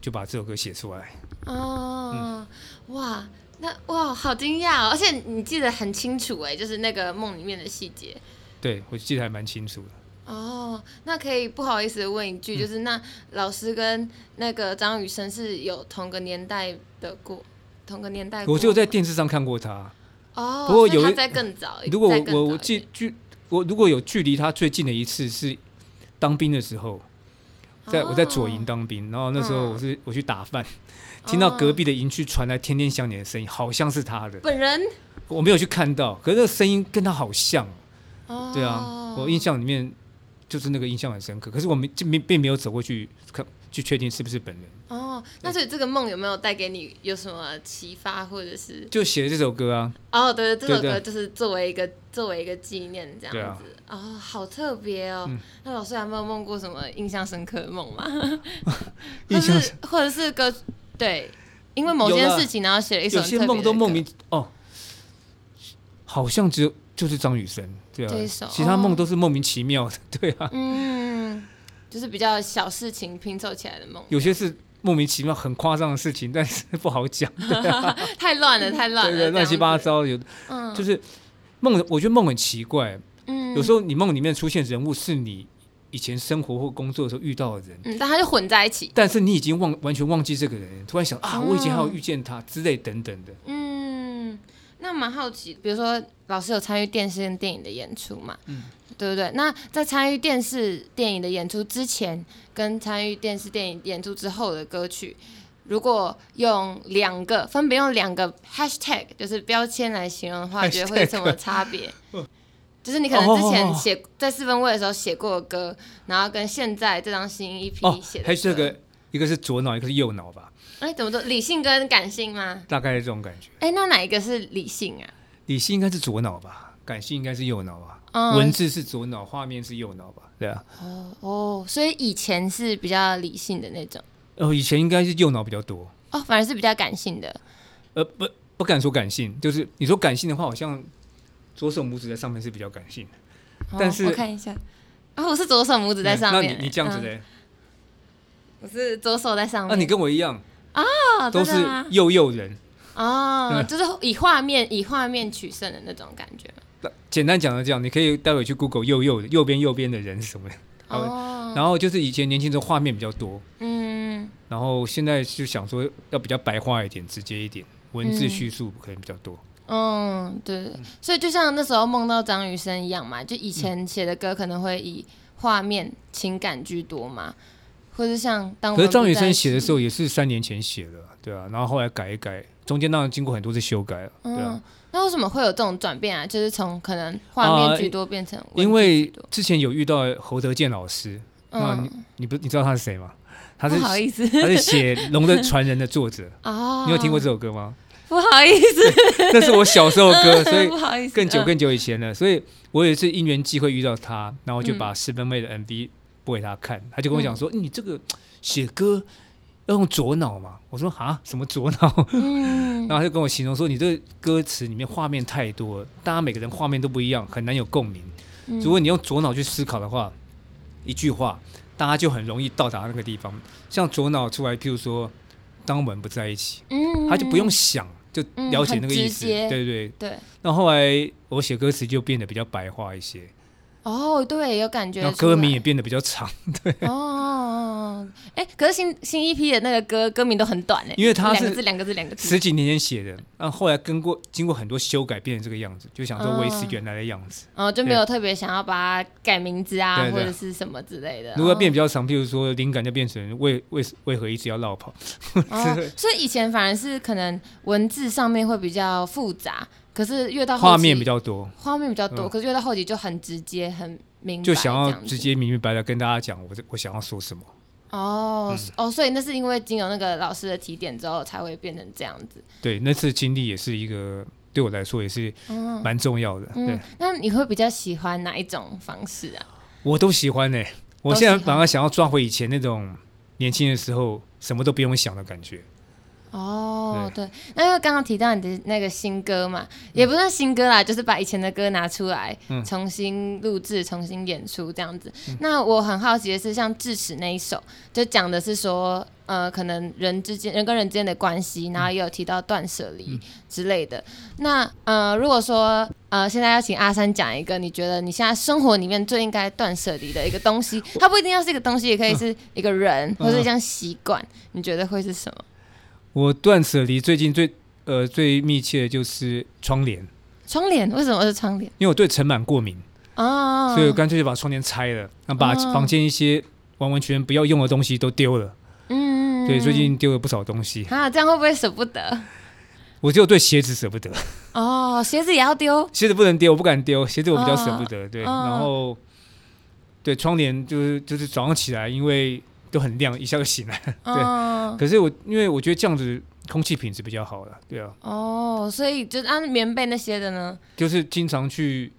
C: 就把这首歌写出来。
B: 哦，
C: 嗯
B: 哇，那哇，好惊讶哦！而欸且你记得很清楚哎，就是那个梦里面的细节。
C: 对，我记得还蛮清楚的。
B: 哦，那可以不好意思问一句，
C: 嗯
B: 就是那老师跟那个张雨生是有同个年代的过，同个年代过吗。
C: 我就在电视上看过他。
B: 哦，
C: 不过
B: 所以
C: 有
B: 他
C: 一
B: 在更早一，
C: 如果
B: 再
C: 我
B: 更
C: 我
B: 早
C: 我
B: 一
C: 距
B: 点
C: 距我如果有距离他最近的一次是当兵的时候，在我在左营
B: 哦
C: 当兵，然后那时
B: 嗯
C: 候我是我去打饭，听到隔
B: 哦
C: 壁的营区传来天天想你的声音，好像是他的，
B: 本人，
C: 我没有去看到，可是那个声音跟他好像，
B: 哦、
C: 对啊，我印象里面就是那个印象很深刻，可是我们并并并没有走过去看去确定是不是本人，
B: 哦，那所以这个梦有没有带给你有什么启发，或者是
C: 就写了这首歌啊，
B: 哦，对，这首
C: 对
B: 歌
C: 对
B: 就是作为一个作为一个纪念这
C: 对
B: 样
C: 啊嗯
B: 子。哦，好特别哦。那老师有没有梦过什么印象深刻的梦吗？
C: [laughs] 印象
B: 或是或者是歌对，因为某
C: 有
B: 件
C: 啦
B: 事情，然后写了一首
C: 有
B: 很
C: 些
B: 特别
C: 梦都
B: 的
C: 莫
B: 歌
C: 名哦，好像只有就是张雨生对
B: 这一首哦
C: 啊，其他梦都是莫名其妙的，对啊，
B: 嗯，就是比较小事情拼凑起来的梦，
C: 有些是莫名其妙很夸张的事情，但是不好讲，
B: 太乱了，太乱了，
C: 对
B: 这
C: 对，
B: 样
C: 乱七八
B: 子，
C: 糟有，
B: 嗯，
C: 就是梦，我觉得梦很奇怪，
B: 嗯
C: 有时候你梦里面出现人物是你以前生活或工作的时候遇到的人。
B: 嗯，但它就混在一起，
C: 但是你已经忘完全忘记这个人，突然想啊，我以前还有
B: 嗯
C: 遇见他之类等等的。
B: 嗯，那蛮好奇，比如说老师有参与电视跟电影的演出嘛，嗯，对不对？那在参与电视电影的演出之前，跟参与电视电影演出之后的歌曲，如果用两个分别用两个 hashtag 就是标签来形容的话，觉得会有什么差
C: [laughs]
B: 别？就是你可能之前
C: 哦
B: 写在四分位的时候写过的歌，然后跟现在这张新一批
C: 哦
B: 写的，
C: 还有这
B: 歌
C: 个，一个是左脑，一个是右脑吧，
B: 哎，怎么说理性跟感性吗？
C: 大概是这种感觉。
B: 哎，那哪一个是理性啊？
C: 理性应该是左脑吧，感性应该是右脑吧，
B: 嗯
C: 文字是左脑，画面是右脑吧，对啊。
B: 哦哦，所以以前是比较理性的那种，
C: 哦，以前应该是右脑比较多，
B: 哦，反而是比较感性的。
C: 呃，不不敢说感性，就是你说感性的话，好像左手拇指在上面是比较感性的。
B: 哦
C: 但是
B: 我看一下，啊、我是左手拇指在上面、
C: 那你你这样子
B: 嗯
C: 嘞？
B: 我是左手在上
C: 那、
B: 面。
C: 你跟我一样，
B: 嗯哦
C: 都
B: 真的
C: 是
B: 吗
C: 右右人。
B: 哦，
C: 嗯
B: 就是以画面以画面取胜的那种感觉。
C: 那简单讲的这样，你可以待会去 Google 右右右边右边的人是什么。好
B: 哦，
C: 然后就是以前年轻时候画面比较多，
B: 嗯，
C: 然后现在就想说要比较白话一点、直接一点，文字
B: 嗯
C: 叙述可能比较多。
B: 嗯，对，所以就像那时候梦到张雨生一样嘛，就以前写的歌可能会以画面情感居多嘛，或者像当我
C: 可
B: 们
C: 是张雨
B: 不
C: 生
B: 在一
C: 写的
B: 起
C: 时候也是三年前写的，对啊，然后后来改一改，中间当然经过很多次修改了，对啊
B: 嗯，，那为什么会有这种转变啊？就是从可能画面居多变成文字
C: 呃因为
B: 居多
C: 之前有遇到侯德健老师，那啊你
B: 嗯，
C: 你不你知道他是谁吗？他
B: 不
C: 是
B: 好意思
C: 他是写《龙的传人》的
B: [laughs]
C: 作者，
B: 啊，
C: 你有听过这？首
B: [laughs]
C: 歌吗？
B: 不好意思，
C: 那是我小时候的
B: [laughs]
C: 歌，所以
B: 不好意思，
C: 更久
B: 嗯
C: 更久以前了，所以我有一次因缘机会遇到他，然后我就
B: 嗯
C: 把十分妹的 MV 播给他看，他就跟我讲说：“你这个写歌要用左脑嘛？”我说：“啊，什么左脑？”
B: 嗯
C: 然后他就跟我形容说：“你这个歌词里面画面太多了，大家每个人画面都不一样，很难有共鸣。
B: 嗯
C: 如果你用左脑去思考的话，一句话大家就很容易到达那个地方。像左脑出来，譬如说，当我们不在一起，
B: 嗯
C: 他就不用想。”就了解那个意
B: 嗯很直
C: 思，
B: 接
C: 对对
B: 对
C: 那后来我写歌词就变得比较白话一些，
B: 哦，对，有感觉出
C: 然
B: 来。
C: 后歌名也变得比较长，
B: 哦哦，哦哦哎，可是新新一批的那个歌歌名都很短哎，
C: 因为它
B: 两个
C: 是
B: 字两个字两个字，
C: 十几年前写的，那后来跟过经过很多修改，变成这个样子，就想说维持原来的样子。
B: 哦就没有特别想要把它改名字啊
C: 对
B: 或
C: 对
B: 者是什么之类的。
C: 如果
B: 哦
C: 变比较长，譬如说灵感就变成为为为何一直要绕跑，
B: 哦， [laughs] 所以以前反而是可能文字上面会比较复杂，可是越到后期
C: 画面比较多，
B: 画面比较多，
C: 嗯
B: 可是越到后期就很直接、很明白这
C: 就
B: 样子，
C: 想要直接明明白白跟大家讲我这我想要说什么。
B: 哦、
C: 嗯
B: 哦，所以那是因为经由那个老师的提点之后才会变成这样子。
C: 对，那次经历也是一个对我来说也是
B: 嗯
C: 蛮重要的，
B: 嗯
C: 对，
B: 那你会比较喜欢哪一种方式啊？
C: 我都喜欢呢、我
B: 都
C: 现在
B: 喜欢
C: 反而想要抓回以前那种年轻的时候什么都不用想的感觉。
B: 哦，对，嗯那因为刚刚提到你的那个新歌嘛，也不算新歌啦，就是把以前的歌拿出来，
C: 嗯
B: 重新录制、重新演出这样子。那我很好奇的是，像《智齿》那一首，就讲的是说，呃，可能人之间、人跟人之间的关系，然后也有提到断舍离之类的。那呃，如果说呃，现在要请阿三讲一个，你觉得你现在生活里面最应该断舍离的一个东西，它不一定要是一个东西，也可以是一个人，或者一项习惯，你觉得会是什么？
C: 我断舍离最近最呃最密切的就是窗帘，
B: 窗帘为什么是窗帘？
C: 因为我对尘螨过敏，
B: 哦，
C: 所以我干脆就把窗帘拆了，那把
B: 哦
C: 房间一些完完全全不要用的东西都丢了。
B: 嗯，
C: 对，最近丢了不少东西，
B: 啊，这样会不会舍不得？
C: 我只有对鞋子舍不得， [laughs]
B: 哦，鞋子也要丢，
C: 鞋子不能丢，我不敢丢，鞋子我比较舍不得。对，
B: 哦
C: 然后对窗帘就是就是早上起来，因为都很亮，一下就醒来。
B: 哦，
C: 可是我因为我觉得这样子空气品质比较好了，对啊，
B: 哦，所以就是按棉被那些的呢，
C: 就是经常去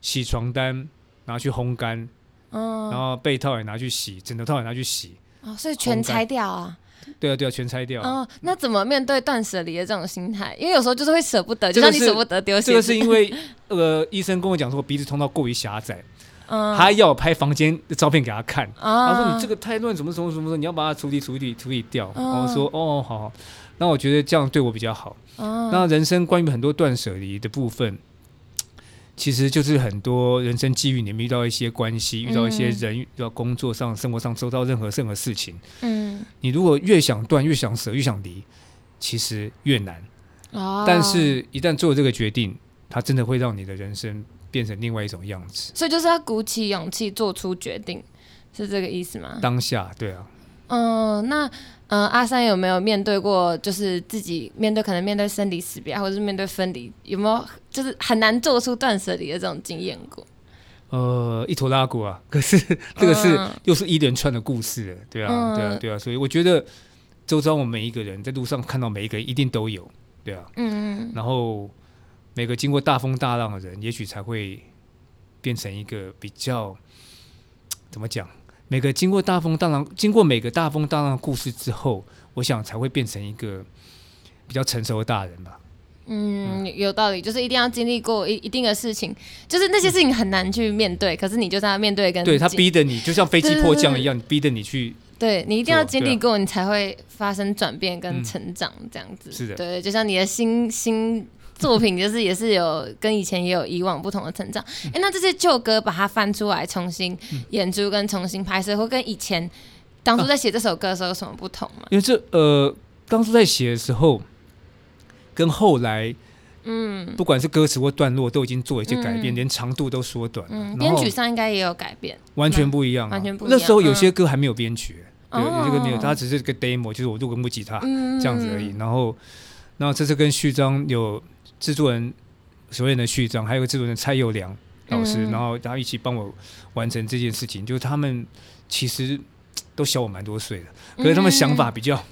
C: 洗床单，拿去烘干，然
B: 嗯，
C: 后被套也拿去洗，枕头套也拿去洗。
B: 哦，所以全拆掉啊，
C: 对啊，对啊，全拆掉。
B: 哦，那怎么面对断舍离的这种心态？因为有时候就是会舍不得，
C: 这
B: 就
C: 个
B: 像
C: 是
B: 你舍不得丢鞋子，
C: 这个是因为呃，医生跟我讲说我鼻子通道过于狭窄，
B: 嗯，
C: 他要我拍房间的照片给他看。
B: 啊
C: 他说你这个太乱，怎么怎么怎么，你要把它处理处理处理掉。
B: 嗯
C: 然后说哦好，好那我觉得这样对我比较好。
B: 嗯哦
C: 那人生关于很多断舍离的部分，其实就是很多人生际遇，你们遇到一些关系，遇到一些人，遇到工作上、生活上收到任何任何事情，
B: 嗯，
C: 你如果越想断、越想舍、越想离，其实越难。
B: 哦，
C: 但。是，一旦做了这个决定，它真的会让你的人生变成另外一种样子。
B: 所以就是要鼓起勇气做出决定，是这个意思吗？
C: 当下，对啊，
B: 嗯，那嗯、呃阿三有没有面对过，就是自己面对可能面对生离死别，或者是面对分离，有没有就是很难做出断舍离的这种经验过？
C: 呃，一坨拉骨啊。 [laughs] 可是这个是、
B: 嗯
C: 又是一连串的故事了，对啊，
B: 嗯
C: 对啊，对啊。所以我觉得，周遭我们每一个人在路上看到每一个人，一定都有，对啊。
B: 嗯
C: 然后每个经过大风大浪的人，也许才会变成一个比较怎么讲？每个经过大风大浪，经过每个大风大浪的故事之后，我想才会变成一个比较成熟的大人吧。
B: 嗯，有道理，就是一定要经历过一一定的事情，就是那些事情很难去面对，可是你就是要面对跟
C: 对他
B: 解
C: 逼得你，就像飞机
B: 对
C: 迫降一样，你逼得你去
B: 对你一定要经
C: 做
B: 历
C: 对啊
B: 过，你才会发生转变跟
C: 嗯
B: 成长，这样子。
C: 是的
B: 对，就像你的新新作品，就是也是有跟以前也有以往不同的成长。
C: 嗯
B: 哎、那这些旧歌把它翻出来重新演出跟重新拍摄，会跟以前当初在写这首歌的时候有什么不同吗？
C: 因为这呃，当初在写的时候，跟后来，嗯，不管是歌词或段落，都已经做一些改变，
B: 嗯
C: 连长度都缩短了，
B: 嗯，
C: 然
B: 编
C: 后
B: 曲上应该也有改变。
C: 完全不一样、啊，
B: 完全不一
C: 那
B: 样
C: 时候有些歌还没有编曲，
B: 嗯
C: 对，有些歌没有，
B: 哦
C: 它只是个 demo，就是我录个木吉他、
B: 嗯，
C: 啊这样子而已。然后，然后这次跟序章有制作人首演的序章，还有个制作人蔡佑良老师，
B: 嗯
C: 然后他一起帮我完成这件事情，就是他们其实嘖都小我蛮多岁的。
B: 嗯
C: 可是他们想法比较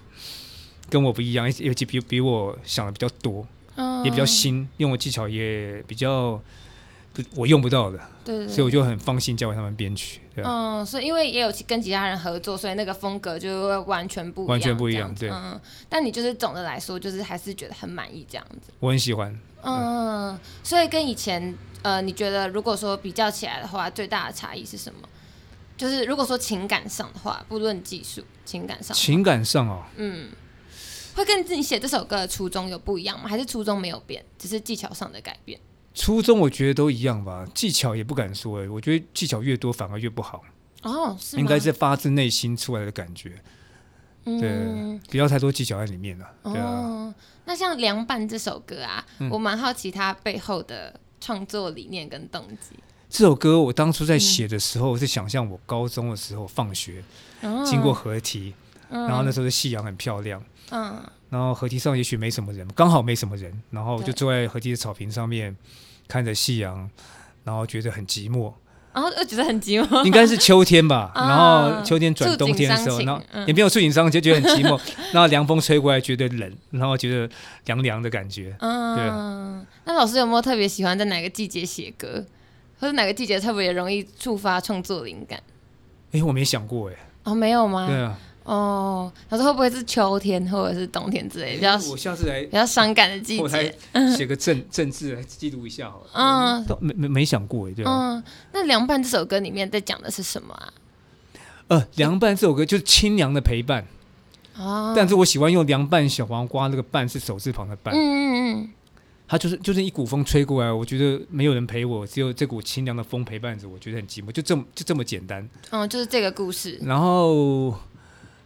C: 跟我不一样，尤其比比我想的比较多，
B: 嗯
C: 也比较新，用的技巧也比较不我用不到的，
B: 对对对
C: 所以我就很放心交给他们编曲，对啊
B: 嗯，所以因为也有其跟其他人合作，所以那个风格就会完全不一样，
C: 完全不一样
B: 这子嗯，但你就是总的来说，就是还是觉得很满意这样子。
C: 我很喜欢。
B: 嗯，所以跟以前呃，你觉得如果说比较起来的话，最大的差异是什么？就是如果说情感上的话，不论技术，情感上
C: 情感上哦，
B: 嗯，会跟自己写这首歌的初衷有不一样吗？还是初衷没有变，只是技巧上的改变？
C: 初衷我觉得都一样吧，技巧也不敢说、欸，我觉得技巧越多反而越不好，
B: 哦，是吗
C: 应该是发自内心出来的感觉，对
B: 嗯，
C: 不要太多技巧在里面了，对啊。
B: 哦，那像《凉拌》这首歌啊，我蛮好奇它背后的创作理念跟动机。
C: 这首歌我当初在写
B: 嗯
C: 的时候是想象我高中的时候放学
B: 哦
C: 经过河堤，
B: 嗯
C: 然后那时候的夕阳很漂亮。
B: 嗯
C: 然后河堤上也许没什么人，刚好没什么人，然后我就
B: 对
C: 坐在河堤的草坪上面看着夕阳，然后觉得很寂寞，
B: 然后又觉得很寂 [laughs] 寞，
C: 应该是秋天吧。
B: 啊
C: 然后秋天转冬天的时
B: 触
C: 候，
B: 景
C: 然
B: 伤
C: 后
B: 情嗯
C: 也没有触景伤情，就觉得很寂
B: [laughs]
C: 寞。然后凉风吹过来，觉得冷，然后觉得凉凉的感觉。对
B: 嗯，那老师有没有特别喜欢在哪个季节写歌，或者哪个季节特别容易触发创作灵感？
C: 哎，我没想过哎，
B: 哦，没有吗？
C: 对啊，
B: 哦，他说会不会是秋天或者是冬天之类比较
C: 哎 [laughs] 我下次来
B: 比较伤感的季
C: 后台
B: 节？
C: 写个政政治来记录一下好了。
B: 嗯
C: 倒没没没想过哎，对吧？
B: 嗯，那《凉拌》这首歌里面在讲的是什么啊？
C: 呃，凉拌这首歌就是清凉的陪伴，
B: 哦，
C: 但是我喜欢用凉拌小黄瓜，那个拌是手字旁的拌
B: 嗯，嗯嗯，
C: 它就是就是一股风吹过来，我觉得没有人陪我，只有这股清凉的风陪伴着我，觉得很寂寞，就这么就这么简单。
B: 嗯，就是这个故事。
C: 然后，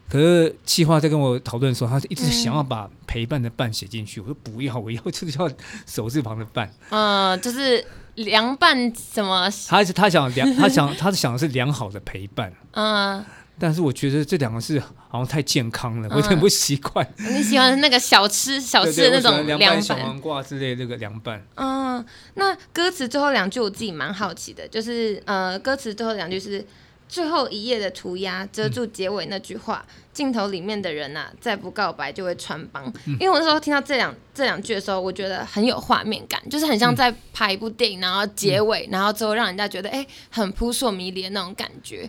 C: 可是企划在跟我讨论的时候，他是一直想要把陪伴的伴写进去，我说不要，我要就是要手字旁的伴。 [laughs]
B: 嗯，就是凉拌什么？
C: 他是他想良，他想 [laughs] 他是想的是良好的陪伴，
B: 嗯，
C: 但是我觉得这两个字好像太健康了，我有 [laughs]
B: 嗯
C: 点不
B: [laughs]
C: 习惯。
B: 你喜欢那个小吃小
C: 对
B: 吃
C: 对，
B: 的那
C: 我喜欢
B: 种
C: 凉
B: 凉
C: 拌小黄瓜之类的这个凉拌，
B: 嗯，那歌词最后两句我自己蛮好奇的，就是呃，歌词最后两句是最后一页的涂鸦遮住结尾那句话，镜头里面的人呐、再不告白就会穿帮。因为我那时候听到这两这两句的时候，我觉得很有画面感，就是很像在拍一部电影，然后结尾，然后最后让人家觉得哎、很扑朔迷离的那种感觉。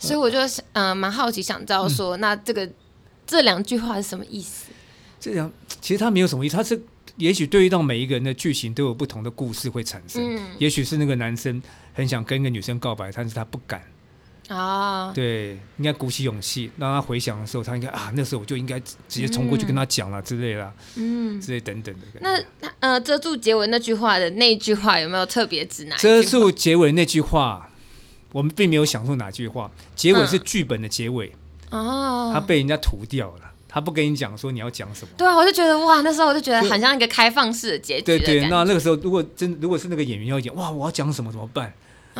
B: 所以我就想呃蛮好奇，想知道说、那这个这两句话是什么意思？
C: 这两其实它没有什么意思，它是也许对于到每一个人的剧情都有不同的故事会产生。
B: 嗯
C: 也许是那个男生很想跟一个女生告白，但是他不敢。
B: 啊，
C: 对，应该鼓起勇气，让他回想的时候，他应该啊，那时候我就应该直直接冲过去跟他讲了、之类啦，
B: 嗯。
C: 之类等等的感觉。
B: 那那呃，遮住结尾那句话的那一句话有没有特别指哪一句话？
C: 遮住结尾那句话，我们并没有想出哪句话，结尾是剧本的结尾，他
B: 哦，
C: 被人家涂掉了，他不跟你讲说你要讲什么。
B: 对啊，我就觉得哇，那时候我就觉得
C: 对
B: 很像一个开放式的结局
C: 对
B: 的感觉。
C: 对，那那个时候如果真如果是那个演员要演，哇，我要讲什么怎么办？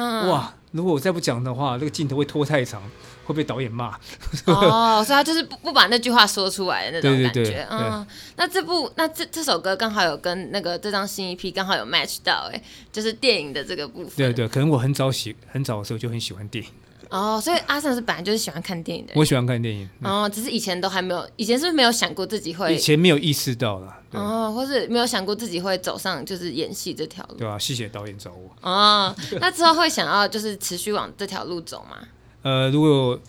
B: 嗯，
C: 哇，如果我再不讲的话，那个镜头会拖太长，会被导演骂。
B: 哦，所以他就是不不把那句话说出来的那种
C: 对
B: 感觉。
C: 对对
B: 嗯，那这部那这这首歌刚好有跟那个这张新一批刚好有 match 到、欸，哎，就是电影的这个部分。
C: 对。对，可能我很早喜很早的时候就很喜欢电影，
B: 哦，所以阿胜是本来就是喜欢看电影的人。
C: 我喜欢看电影，嗯
B: 哦，只是以前都还没有，以前是不是没有想过自己会
C: 以前没有意识到啦。对。
B: 哦，或是没有想过自己会走上就是演戏这条路？
C: 对吧、啊谢谢导演找我。
B: 哦，那之后会想要就是持续往这条路走
C: [laughs]
B: 吗？
C: 呃，如果有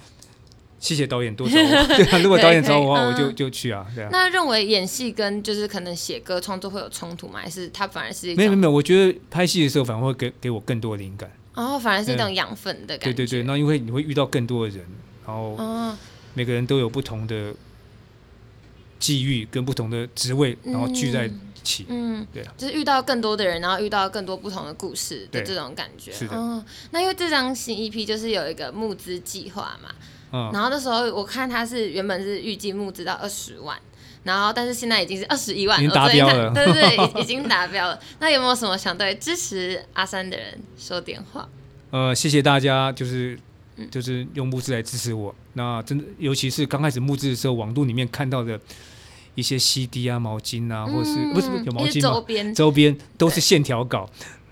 C: 谢谢导演多找我， [laughs] 对啊，如果导演找我的
B: 对
C: 话，我
B: 可以
C: 就就去啊，对啊。
B: 那认为演戏跟就是可能写歌创作会有冲突吗？还是它反而是一
C: 没有
B: 种
C: 没有，我觉得拍戏的时候反而会给给我更多的灵感。
B: 哦，反而是一种养分的感觉？
C: 对对对，。那因为你会遇到更多的人，然后
B: 哦，
C: 每个人都有不同的际遇跟不同的职位，然后聚在一起。
B: 嗯，
C: 对啊，
B: 就是遇到更多的人，然后遇到更多不同的故事的
C: 对
B: 这种感觉。
C: 是的
B: 哦，那因为这张新 EP 就是有一个募资计划嘛，
C: 嗯，
B: 然后那时候我看他是原本是预计募资到二十万，然后但是现在已经是二十一万，
C: 已经
B: 我昨天
C: 达标
B: 看
C: 了
B: 对对
C: [laughs]
B: 对，已已经达标了。那有没有什么想对支持阿三的人说点话？
C: 呃，谢谢大家，就是
B: 嗯
C: 就是用募资来支持我。那真的，尤其是刚开始募资的时候，网络里面看到的一些 CD 啊、毛巾啊，或者是不是有毛
B: 一些嗯
C: 巾
B: 周
C: 吗？
B: 边
C: 周边都是线条稿，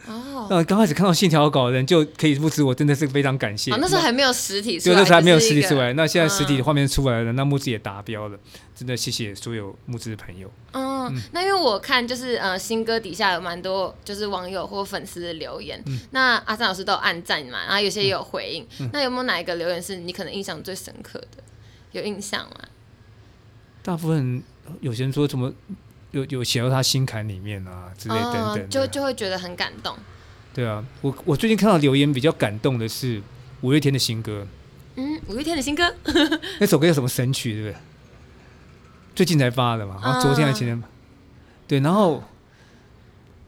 B: 嗯哦。
C: 那刚开始看到线条稿的人就可以募资，我真的是非常感谢。
B: 啊，那时候还没有实体出
C: 对，
B: 来，
C: 那时候还没有
B: 就是
C: 实
B: 一个
C: 体
B: 啊
C: 出来，那现在实体的画面出来了，那募资也达标了，真的谢谢所有募资的朋友。
B: 嗯，那因为我看就是呃新歌底下有蛮多就是网友或粉丝的留言，
C: 嗯
B: 那阿三老师都有按赞嘛，然后有些也有回应。那有没有哪一个留言是你可能印象最深刻的？有印象吗？
C: 大部分有些人说什么有有写到他心坎里面啊之类等
B: 哦，
C: 等的，
B: 就就会觉得很感动。
C: 对啊。我我最近看到留言比较感动的是五月天的新歌，
B: 嗯，五月天的新歌，
C: 那首歌叫什么神曲，对不对？最近才发的嘛，
B: 啊
C: 好像昨天还是前天吧。对，然后
B: [laughs]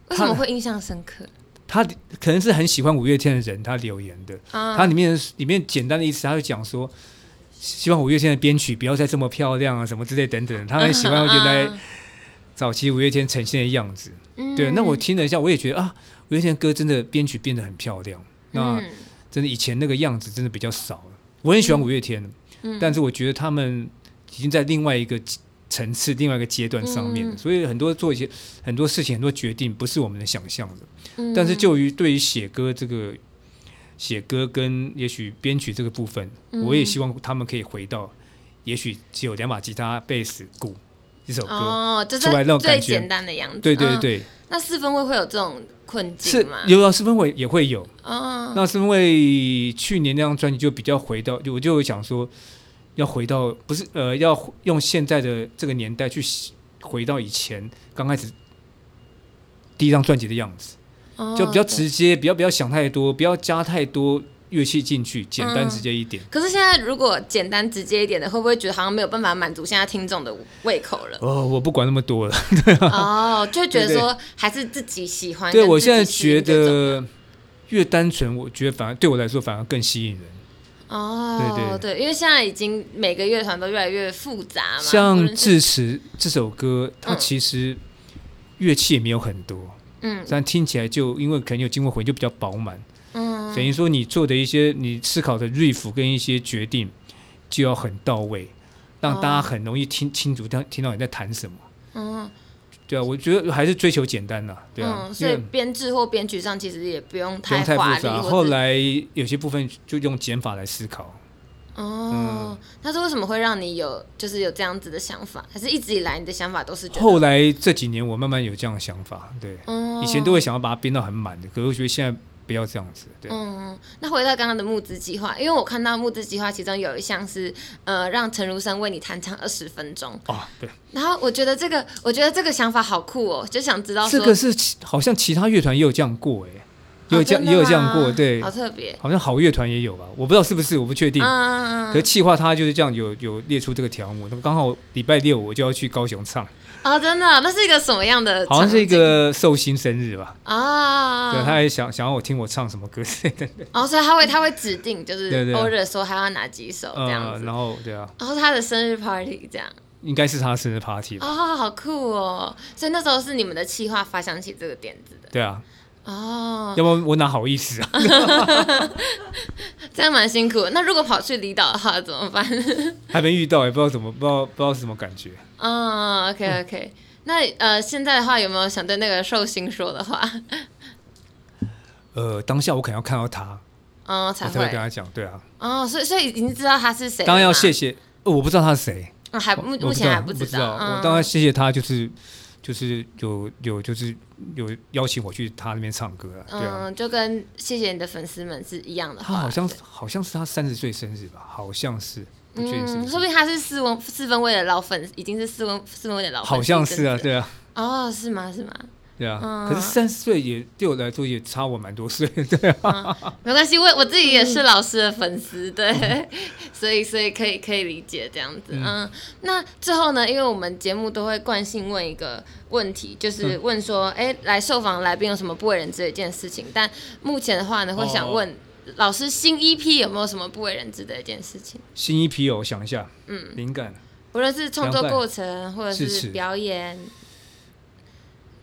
B: 为什么会印象深刻？
C: 他可能是很喜欢五月天的人，他留言的，
B: [laughs] 啊
C: 它里面里面简单的意思，他就讲说，希望五月天的编曲不要再这么漂亮啊，什么之类等等。他很喜欢原来早期五月天呈现的样子。
B: 嗯
C: 对，那我听了一下，我也觉得啊，五月天的歌真的编曲变得很漂亮。那
B: 嗯
C: 真的以前那个样子真的比较少了。我很喜欢五月天，
B: 嗯
C: 但是我觉得他们已经在另外一个层次、另外一个阶段上面了，
B: 嗯
C: 所以很多做一些很多事情、很多决定不是我们能想象的。
B: 嗯
C: 啊但是就于对于写歌这个写歌跟也许编曲这个部分，
B: 嗯
C: 我也希望他们可以回到，也许只有两把吉他、贝斯、鼓一首歌。
B: 哦，就是
C: 出来那种
B: 最
C: 感觉
B: 简单的样子。
C: 对对
B: 嗯，
C: 对，
B: 那四分位会有这种困
C: 是
B: 境吗？
C: 有啊，四分卫也会有。
B: 哦，
C: 那是因为去年那张专辑就比较回到，就我就想说，要回到不是呃，要用现在的这个年代去回到以前刚开始第一张专辑的样子，
B: 哦
C: 就比较
B: 对
C: 直接，不要不要想太多，不要加太多乐器进去，简单
B: 嗯
C: 直接一点。
B: 可是现在如果简单直接一点的，会不会觉得好像没有办法满足现在听众的胃口
C: [laughs]
B: 了？
C: 哦，我不管那么多了。
B: 哦，就觉得
C: 对对
B: 说还是自己喜欢跟自己适应这
C: 对
B: 种。
C: 我现在觉得越单纯，我觉得反而对我来说反而更吸引人。
B: 啊哦，
C: 对
B: 对因为现在已经每个乐团都越来越复杂嘛，
C: 像
B: 无
C: 《
B: 论是
C: 智齿》这首歌，它
B: 嗯
C: 其实乐器也没有很多，
B: 嗯
C: 但听起来就因为可能有经过混音，就比较饱满。
B: 嗯
C: 等于说你做的一些你思考的 riff 跟一些决定就要很到位，让
B: 哦
C: 大家很容易听清楚听听到你在谈什么。
B: 嗯
C: 对啊，我觉得还是追求简单啦，对啊，
B: 嗯，
C: 因
B: 所以
C: 为
B: 编制或编曲上其实也不用
C: 不用太
B: 华
C: 复
B: 丽或
C: 杂。
B: 者。
C: 后来有些部分就用减法来思考。嗯
B: 哦，那是为什么会让你有就是有这样子的想法？还是一直以来你的想法都是觉得
C: 后来这几年我慢慢有这样的想法，对，
B: 嗯
C: 以前都会想要把它编到很满的，可是我觉得现在不要这样子，对。
B: 嗯，那回到刚刚的募资计划，因为我看到募资计划其中有一项是呃让陈如生为你弹唱二十分钟，
C: 哦，对，
B: 然后我觉得这个我觉得这个想法好酷哦，就想知道
C: 这
B: 说
C: 个是其好像其他乐团也有这样过哎、也有
B: 哦
C: 这样、
B: 真的
C: 也有这样
B: 吗
C: 过，对，
B: 好特别，
C: 好像好乐团也有吧，我不知道是不是，我不确定。
B: 嗯嗯
C: 可是
B: 嗯，
C: 气化他就是这样有有列出这个条目，那么刚好礼拜六我就要去高雄唱，
B: 哦，真的，那是一个什么样的场景？
C: 好像是一个寿星生日吧，
B: 啊，
C: 对，他还想想要我听我唱什么歌之类的，
B: 哦，所以他会他会指定就
C: 对
B: 是
C: 对
B: order 说他要哪几首哦这样
C: 呃，
B: 子，
C: 然后对啊，
B: 然后他的生日 party 这样。
C: 应该是他生日 party 吧，
B: 哦，好酷哦！所以那时候是你们的企划发想起这个点子的
C: 对啊，
B: 哦，
C: 要不然我哪好意思
B: [laughs]
C: 啊？
B: 这样蛮辛苦的。那如果跑去离岛的话怎么办？ [laughs]
C: 还没遇到，欸也不知道怎么，不知道不知道是什么感觉。
B: 嗯，OK OK。那呃，现在的话有没有想对那个寿星说的话？
C: 呃，当下我可能要看到他，
B: 嗯，
C: 我
B: 才
C: 哦才会跟
B: 会
C: 他讲，对啊，
B: 哦，所以所以已经知道他是谁了吗，
C: 当然要谢谢，呃我不知道他是谁，
B: 嗯，还啊目目前还不
C: 不
B: 知
C: 知道，
B: 道，
C: 我
B: 嗯
C: 当然谢谢他，就是就是有有就是有邀请我去他那边唱歌啊，对啊。
B: 嗯，就跟谢谢你的粉丝们是一样的
C: 他
B: 话，
C: 好像
B: 对
C: 好像是他三十岁生日吧，好像是，不确定是
B: 嗯，
C: 不
B: 说不
C: 是，
B: 定他是四分四分位的老粉，已经是四分四分位的老粉，
C: 好像是啊，对啊，
B: 哦，是吗？是吗？
C: 对啊。
B: 嗯
C: 可是三十岁也对我来说也差我蛮多岁，对
B: [laughs]
C: 啊，
B: 没关系，我我自己也是老师的粉丝，对， [laughs] 所以所以可以可以理解这样子，嗯那最后呢，因为我们节目都会惯性问一个问题，就是问说，哎、来受访来宾有什么不为人知的一件事情？但目前的话呢，会想问老师新 EP 有没有什么不为人知的一件事情？
C: 新一批哦，我想一下，嗯，灵感
B: 无论是创作
C: 凉拌
B: 过程或者
C: 智齿
B: 是表演，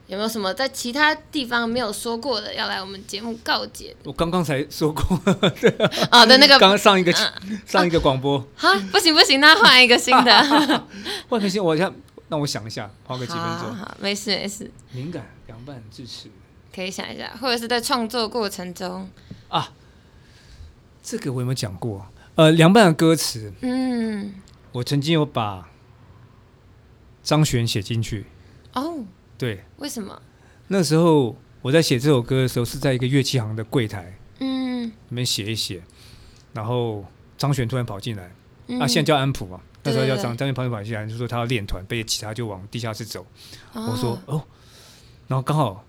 B: 有没有什么在其他地方没有说过的，要来我们节目告解
C: 我刚刚才说过，
B: 哦的那个
C: [laughs]
B: 嗯
C: 刚刚上一个上一个广播，
B: 啊，不行不行，那换一个新的。
C: 换个新，我想让我想一下，花个几分
B: 好好
C: 钟，
B: 好没事没事，
C: 灵感、凉拌、智齿
B: 可以想一下，或者是在创作过程中，
C: 啊，这个我有没有讲过？呃，凉拌的歌词，
B: 嗯，
C: 我曾经有把张悬写进去，
B: 哦，
C: 对，
B: 为什么？
C: 那时候我在写这首歌的时候，是在一个乐器行的柜台
B: 嗯，
C: 里面写一写，然后张悬突然跑进来，
B: 嗯
C: 啊，现在叫安普嘛，那时候
B: 对
C: 叫
B: 对
C: 张张悬跑进跑进来，就说他要练团，背着吉他就往地下室走。
B: 哦
C: 我说哦，然后刚好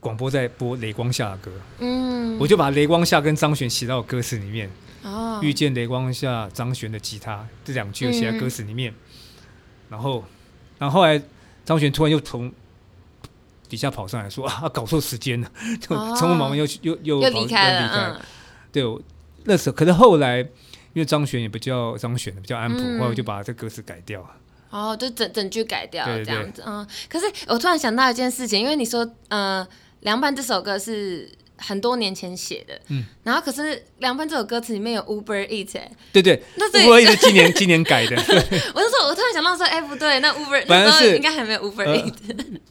C: 广播在播《雷光下》的歌，
B: 嗯，
C: 我就把《雷光下》跟张悬写到歌词里面，
B: 哦，
C: 遇见雷光下张悬的吉他这两句有写在歌词里面。
B: 嗯
C: 然后，然后后来张悬突然又从底下跑上来说啊，他搞错时间了，就
B: 哦
C: 匆匆忙忙又去又又
B: 又
C: 跑
B: 离开
C: 又离开
B: 了，
C: 对，我那时候可是后来。因为张悬也不叫张悬了，不叫安普，
B: 嗯
C: 后来我就把这歌词改掉了。
B: 嗯，哦，就整整句改掉
C: 对
B: 了
C: 对
B: 这样子，嗯，可是我突然想到一件事情，因为你说，呃，凉拌这首歌是。很多年前写的，嗯，然后可是《凉拌》这首歌词里面有 Uber Eat，、欸、
C: 对对，
B: 那这
C: 我也是
B: [laughs]
C: 今年今年改的。
B: 我就说，我突然想到说，哎、不对，那 Uber
C: 反而
B: 那时候
C: 是
B: 应该还没有 Uber
C: 呃
B: Eat，、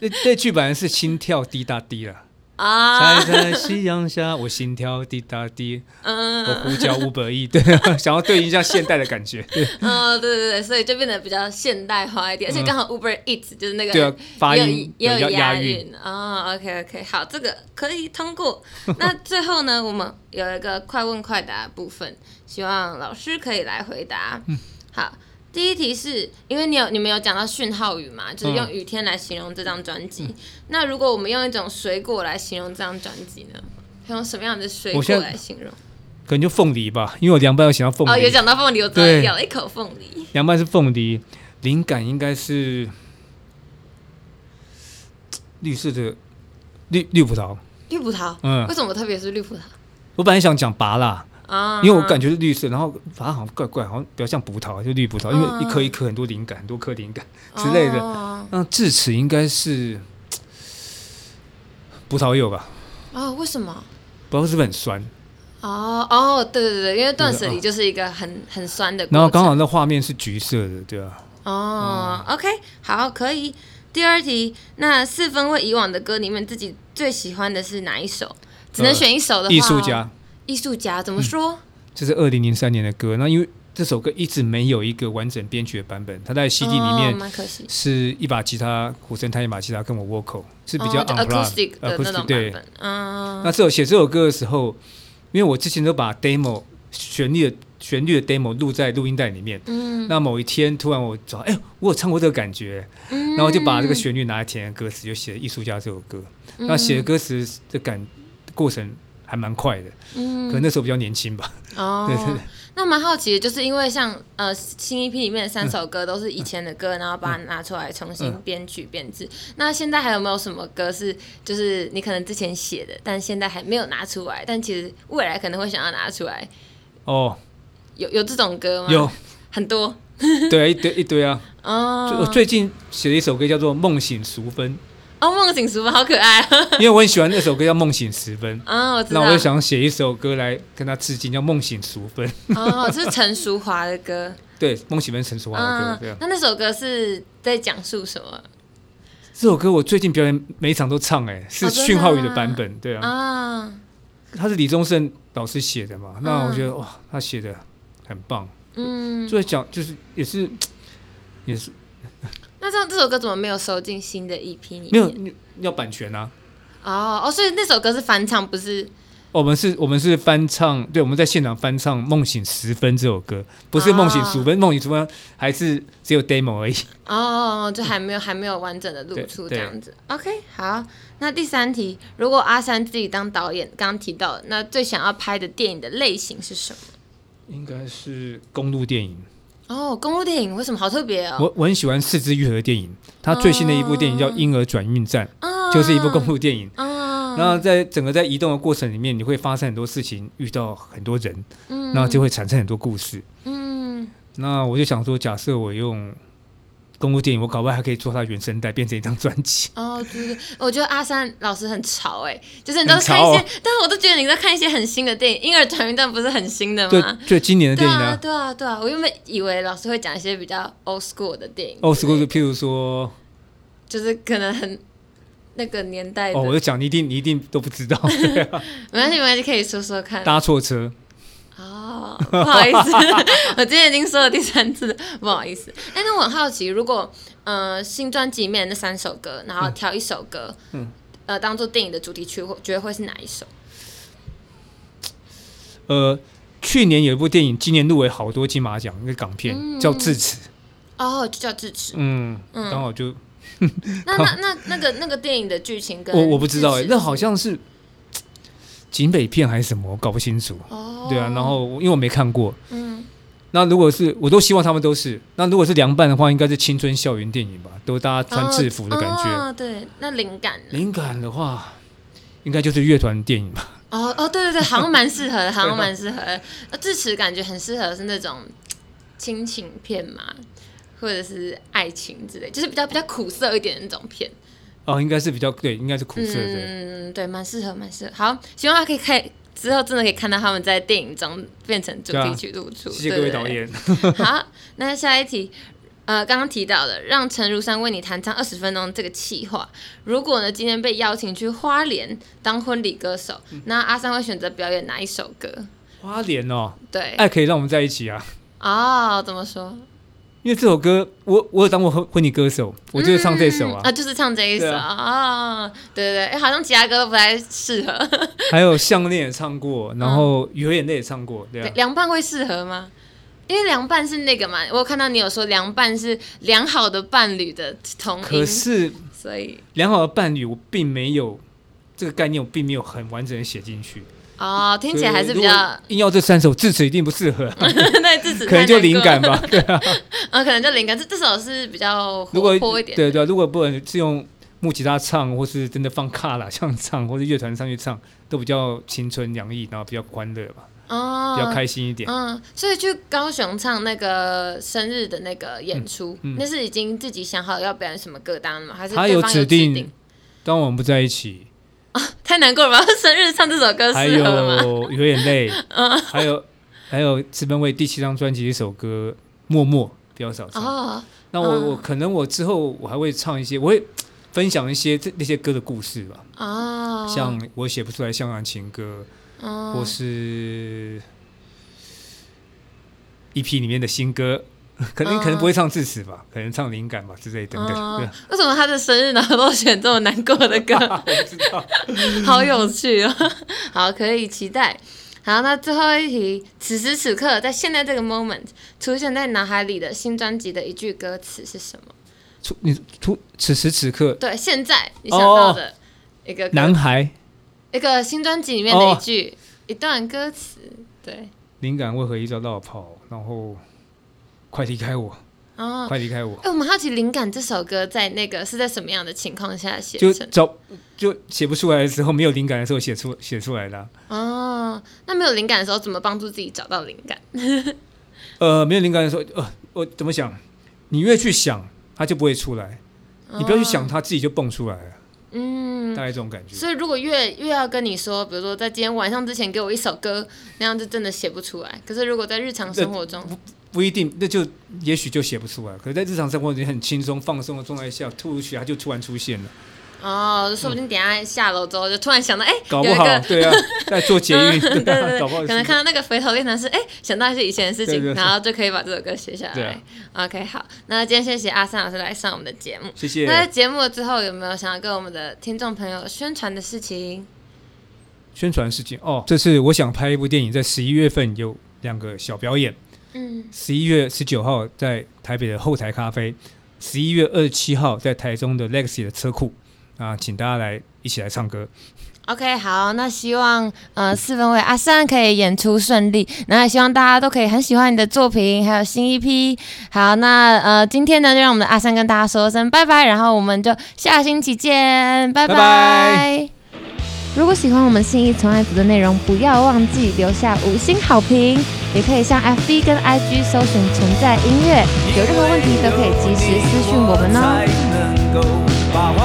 C: 那这句本来是心跳滴答滴了，
B: 啊，
C: 踩在夕阳下，我心跳滴答滴，
B: 嗯
C: 我呼叫五百亿，对， [laughs] 想要对应一下现代的感觉，对
B: 嗯，对对对，所以就变得比较现代化一点，而且刚好 Uber Eats 就是那个
C: 嗯对啊，发
B: 也有
C: 音
B: 也有
C: 有
B: 押
C: 押韵，
B: 哦。OK OK，好，这个可以通
C: [laughs]
B: 过。那最后呢，我们有一个快问快答部分，希望老师可以来回答。嗯，好，第一题是因为你有你们有讲到讯号语嘛，就是用
C: 嗯
B: 雨天来形容这张专辑。那如果我们用一种水果来形容这张专辑呢？用什么样的水
C: 我
B: 果
C: 现在
B: 来形容？
C: 可能就凤梨吧，因为我凉拌有想到凤
B: 哦，有
C: 梨，
B: 讲到凤梨，我真的
C: 对
B: 咬了一口凤梨。
C: 凉拌是凤梨，灵感应该是绿色的绿绿葡萄，
B: 绿葡萄，
C: 嗯
B: 为，什么特别是绿葡萄
C: 我本来想讲拔啦，
B: 啊？
C: 因为我感觉是绿色，然后拔好像怪怪，好像比较像葡萄，就绿葡萄，因为一颗一颗很多灵感，很多颗灵感之类的。
B: 哦
C: 那智齿应该是葡萄柚吧？
B: 啊，为什么？
C: 葡萄柚是不是很酸？
B: 哦哦，对对对，因为断舍离就是一个很很酸的过程。
C: 哦然后刚好嗯那画面是橘色的，对吧、
B: 哦、o k 好，可以。第二题，那四分位以往的歌里面，自己最喜欢的是哪一首？只能选一首的话、
C: 呃艺术家，嗯
B: 艺术家怎么说？
C: 这是二零零三年的歌。那因为这首歌一直没有一个完整编曲的版本，它在 CD 里
B: 哦
C: 面
B: 蛮、可惜。
C: 是一把吉他，胡声弹一把吉他，跟我 vocal 是比较
B: 哦就 acoustic
C: unplugged
B: 的那种
C: acoustic
B: 版
C: 对。
B: 本，嗯，
C: 那这首写这首歌的时候，因为我之前都把 demo 旋律的旋律的 demo 录在录音带里面，
B: 嗯，
C: 那某一天突然我找，哎、我有唱过这个感觉，
B: 嗯
C: 然后就把这个旋律拿来填歌词，就写《艺术家》这首歌。
B: 嗯
C: 那写歌词的感过程还蛮快的，
B: 嗯
C: 可能那时候比较年轻吧。 [laughs]
B: 哦，
C: 对对对
B: 那蛮好奇的，就是因为像呃新一批里面的三首歌都是以前的歌，然后把它拿出来重
C: 嗯
B: 新编曲编制。那现在还有没有什么歌是就是你可能之前写的，但现在还没有拿出来，但其实未来可能会想要拿出来？
C: 哦，
B: 有有这种歌吗？
C: 有，
B: 很多
C: 对啊，一堆一堆啊！
B: 哦。
C: 就我最近写了一首歌叫做《梦醒时分
B: 哦，梦醒书好可爱 [laughs] 啊！》，
C: 因为我很喜欢那首歌叫《梦醒时分》，
B: 啊、 [laughs] 我知
C: 那
B: 道，
C: 我就想写一首歌来跟他致敬，叫《梦醒时分》。
B: 哦，这是陈淑华的
C: [laughs]
B: 歌，
C: 对，梦醒分成熟华
B: 嗯
C: 的歌，对啊。
B: 那那首歌是在讲述什么
C: 这首歌我最近表演每一场都唱、哎，是
B: 哦真的
C: 讯号语
B: 啊
C: 的版本，对啊。
B: 啊？
C: 他是李宗盛老师写的嘛，那我觉得哇，他写的很棒，
B: 嗯，
C: 就在讲就是也是也是
B: 那这样这首歌怎么没有收进新的 EP 里面？
C: 没有你要版权啊。
B: 哦哦，所以那首歌是翻唱，不是
C: 哦我们是，我们是翻唱，对，我们在现场翻唱《梦醒时分》这首歌，不是《梦
B: 啊
C: 醒时分》，梦醒时分》还是只有 demo 而已。
B: 哦，就还没有还没有完整的露
C: 对
B: 出这
C: 嗯对
B: 样子。OK，好，那第三题，如果阿三自己当导演，刚刚提到的，那最想要拍的电影的类型是什么？
C: 应该是公路电影，
B: 哦，公路电影为什么好特别哦？
C: 我我很喜欢四肢愈合的电影，他最新的一部电影叫《婴儿转运站》，
B: 啊
C: 就是一部公路电影。
B: 啊，
C: 那在整个在移动的过程里面，你会发生很多事情，遇到很多人，那就会产生很多故事。
B: 嗯，
C: 那我就想说，假设我用公路电影，我搞不好还可以做它原声带，变成一张专
B: [laughs]
C: 辑。
B: 哦，对对，对我觉得阿三老师很潮哎、就是你都
C: 很
B: 看一
C: 潮
B: 些，
C: 哦
B: 但我都觉得你在看一些很新的电影，《婴儿转运站》不是很新的
C: 对
B: 吗？
C: 对，今年的
B: 对
C: 电影
B: 啊，
C: 呢
B: 对啊，对啊！我原本以为老师会讲一些比较 old school 的电影，
C: ，old school，就譬如说，哦
B: 就是可能很那个年代的。
C: 哦，我就讲你一定你一定都不
B: [laughs]
C: 知道，对啊
B: 没关系，没关系，可以说说看。
C: 搭错车，
B: 哦，不好意
C: [laughs]
B: 思，我今天已经说了第三次了，不好意思。哎，那我很好奇，如果呃新专辑里面那三首歌，然后挑一首歌，嗯，呃，当做电影的主题曲，会觉得会是哪一首？
C: 呃。去年有一部电影，今年入围好多金马奖，一个港片、
B: 嗯
C: 叫《智齿》，
B: 哦，就叫《智齿》。
C: 嗯，刚好就
B: 那那那那个那个电影的剧情跟
C: 我我不知道哎、
B: 智齿
C: 那好像是警匪片还是什么，我搞不清楚。
B: 哦，
C: 对啊，然后我因为我没看过，
B: 嗯，
C: 那如果是我都希望他们都是，那如果是凉拌的话，应该是青春校园电影吧，都大家穿制服的感觉。
B: 哦，哦对，那灵感呢
C: 灵感的话，应该就是乐团电影吧。 [laughs]
B: 哦哦，对对对，好像蛮适合的，
C: 哦
B: 好像蛮适合的。呃智齿感觉很适合是那种亲情片嘛，或者是爱情之类，就是比较比较苦涩一点的那种片。
C: 哦，应该是比较对，应该是苦涩的。
B: 嗯，对，蛮适合，蛮适合。好，希望他可以看之后真的可以看到他们在电影中变成主
C: 对
B: 题
C: 啊
B: 曲露出。
C: 谢谢
B: 对
C: 各位
B: 对
C: 导演。
B: 好，那下一题，呃，刚刚提到的让陈如山为你弹唱二十分钟这个企划，如果呢今天被邀请去花莲当婚礼歌手，
C: 嗯
B: 那阿三会选择表演哪一首歌？
C: 花莲哦，
B: 对，
C: 爱可以让我们在一起啊，
B: 哦，怎么说？
C: 因为这首歌我我有当过婚婚礼歌手，我就是唱这首
B: 嗯
C: 啊，
B: 啊，就是唱这一首
C: 对
B: 啊、哦，对对对，诶好像其他歌都不太适合，
C: 还有项链也唱过，然
B: 嗯
C: 后流眼泪也唱过，对
B: 对 [laughs]
C: 啊，
B: 凉拌会适合吗？因为凉拌是那个嘛，我有看到你有说凉拌是良好的伴侣的同音
C: 可，是
B: 所以
C: 良好的伴侣我并没有这个概念，我并没有很完整的写进去，
B: 哦，听起来还是比
C: 所以如
B: 较
C: 果硬要这三首，字词一定不
B: [laughs]
C: 适合啊，
B: 对自己
C: [laughs] 可能就灵感吧，对啊。
B: [laughs] 啊，可能就灵感。这这首是比较
C: 如果
B: 活泼一点，
C: 对对啊，如果不能是用木吉他唱，或是真的放卡拉这样唱，或是乐团上去唱，都比较青春洋溢，然后比较欢乐吧，
B: 哦，
C: 比较开心一点。
B: 嗯，所以去高雄唱那个生日的那个演出，
C: 嗯嗯
B: 那是已经自己想好要表演什么歌单了吗？还是
C: 他
B: 对
C: 有
B: 方指
C: 定，当我们不在一起，
B: 太难过了吧？ [laughs] 生日唱这首歌
C: 还
B: [laughs] 适合
C: [laughs]
B: 吗？嗯
C: 有有
B: [laughs]
C: 眼泪，还有还有资本卫第七张专辑一首歌《默默》，比较少唱。
B: 哦，
C: 那我
B: 嗯
C: 我可能我之后我还会唱一些，我会分享一些这那些歌的故事吧，
B: 哦，
C: 像我写不出来香港情歌，或
B: 哦，
C: 是 EP 里面的新歌， [laughs] 可能可能
B: 嗯
C: 不会唱致死吧，可能唱灵感吧之类等等。
B: 哦
C: [laughs] 对
B: 为什么他的生日然后都选这么难过的
C: [laughs]
B: 歌？好有趣哦！ [laughs] 好，可以期待。好，那最后一题，此时此刻，在现在这个 moment 出现在脑海里的新专辑的一句歌词是什么？
C: 出你出此时此刻，
B: 对，现在你想到的一个歌、
C: 男孩
B: 一个新专辑里面的一句、一段歌词，对，
C: 灵感为何一朝到跑，然后快离开我，
B: 哦，
C: 快离开我，
B: 哎、我们好奇《灵感》这首歌在那个是在什么样的情况下写
C: 就
B: 成？
C: 找就写不出来的时候，没有灵感的时候写出写出来的啊、
B: 哦，那没有灵感的时候，怎么帮助自己找到灵感？
C: 呃，没有灵感的时候，呃，我怎么想？你越去想，它就不会出来。你不要去想，
B: 哦，
C: 它自己就蹦出来了，
B: 嗯
C: 大，概这种感觉。
B: 所以如果越越要跟你说，比如说在今天晚上之前给我一首歌，那样就真的写不出来。可是如果在日常生活中，
C: 不一定，那就也许就写不出来。可是，在日常生活里很轻松放松的状态下，突如其来就突然出现了，
B: 哦，说不定等一下下楼之后就突然想到，哎、有
C: 搞不
B: 一
C: 好
B: 个。嗯
C: 对啊，在做捷
B: [laughs]
C: [laughs] 运，
B: 对
C: 对啊，
B: 对
C: 搞不好
B: 对，可能看到那个回头练团是哎、想到一些以前的事情，
C: 对对对
B: 然后就可以把这首歌写下
C: 对
B: 来
C: 啊。
B: OK，好，那今天谢谢阿三老师来上我们的节目。
C: 谢
B: 那在
C: 谢
B: 节目了之后，有没有想要跟我们的听众朋友宣传的事情？
C: 宣传事情哦。这次我想拍一部电影，在十一月份有两个小表演，
B: 嗯，
C: 十一月十九号在台北的后台咖啡，十一月二十七号在台中的 Legacy 的车库啊，请大家来一起来唱歌。
B: OK，好，那希望呃四分卫阿三可以演出顺利，那也希望大家都可以很喜欢你的作品，还有新一批。好，那呃今天呢，就让我们的阿三跟大家说声拜拜，然后我们就下星期见，拜拜。
C: 拜拜
B: 如果喜欢我们信义纯爱组的内容，不要忘记留下五星好评，也可以上 FB 跟 IG 搜寻“存在音乐”，有任何问题都可以及时私讯我们哦。
D: 才能够把话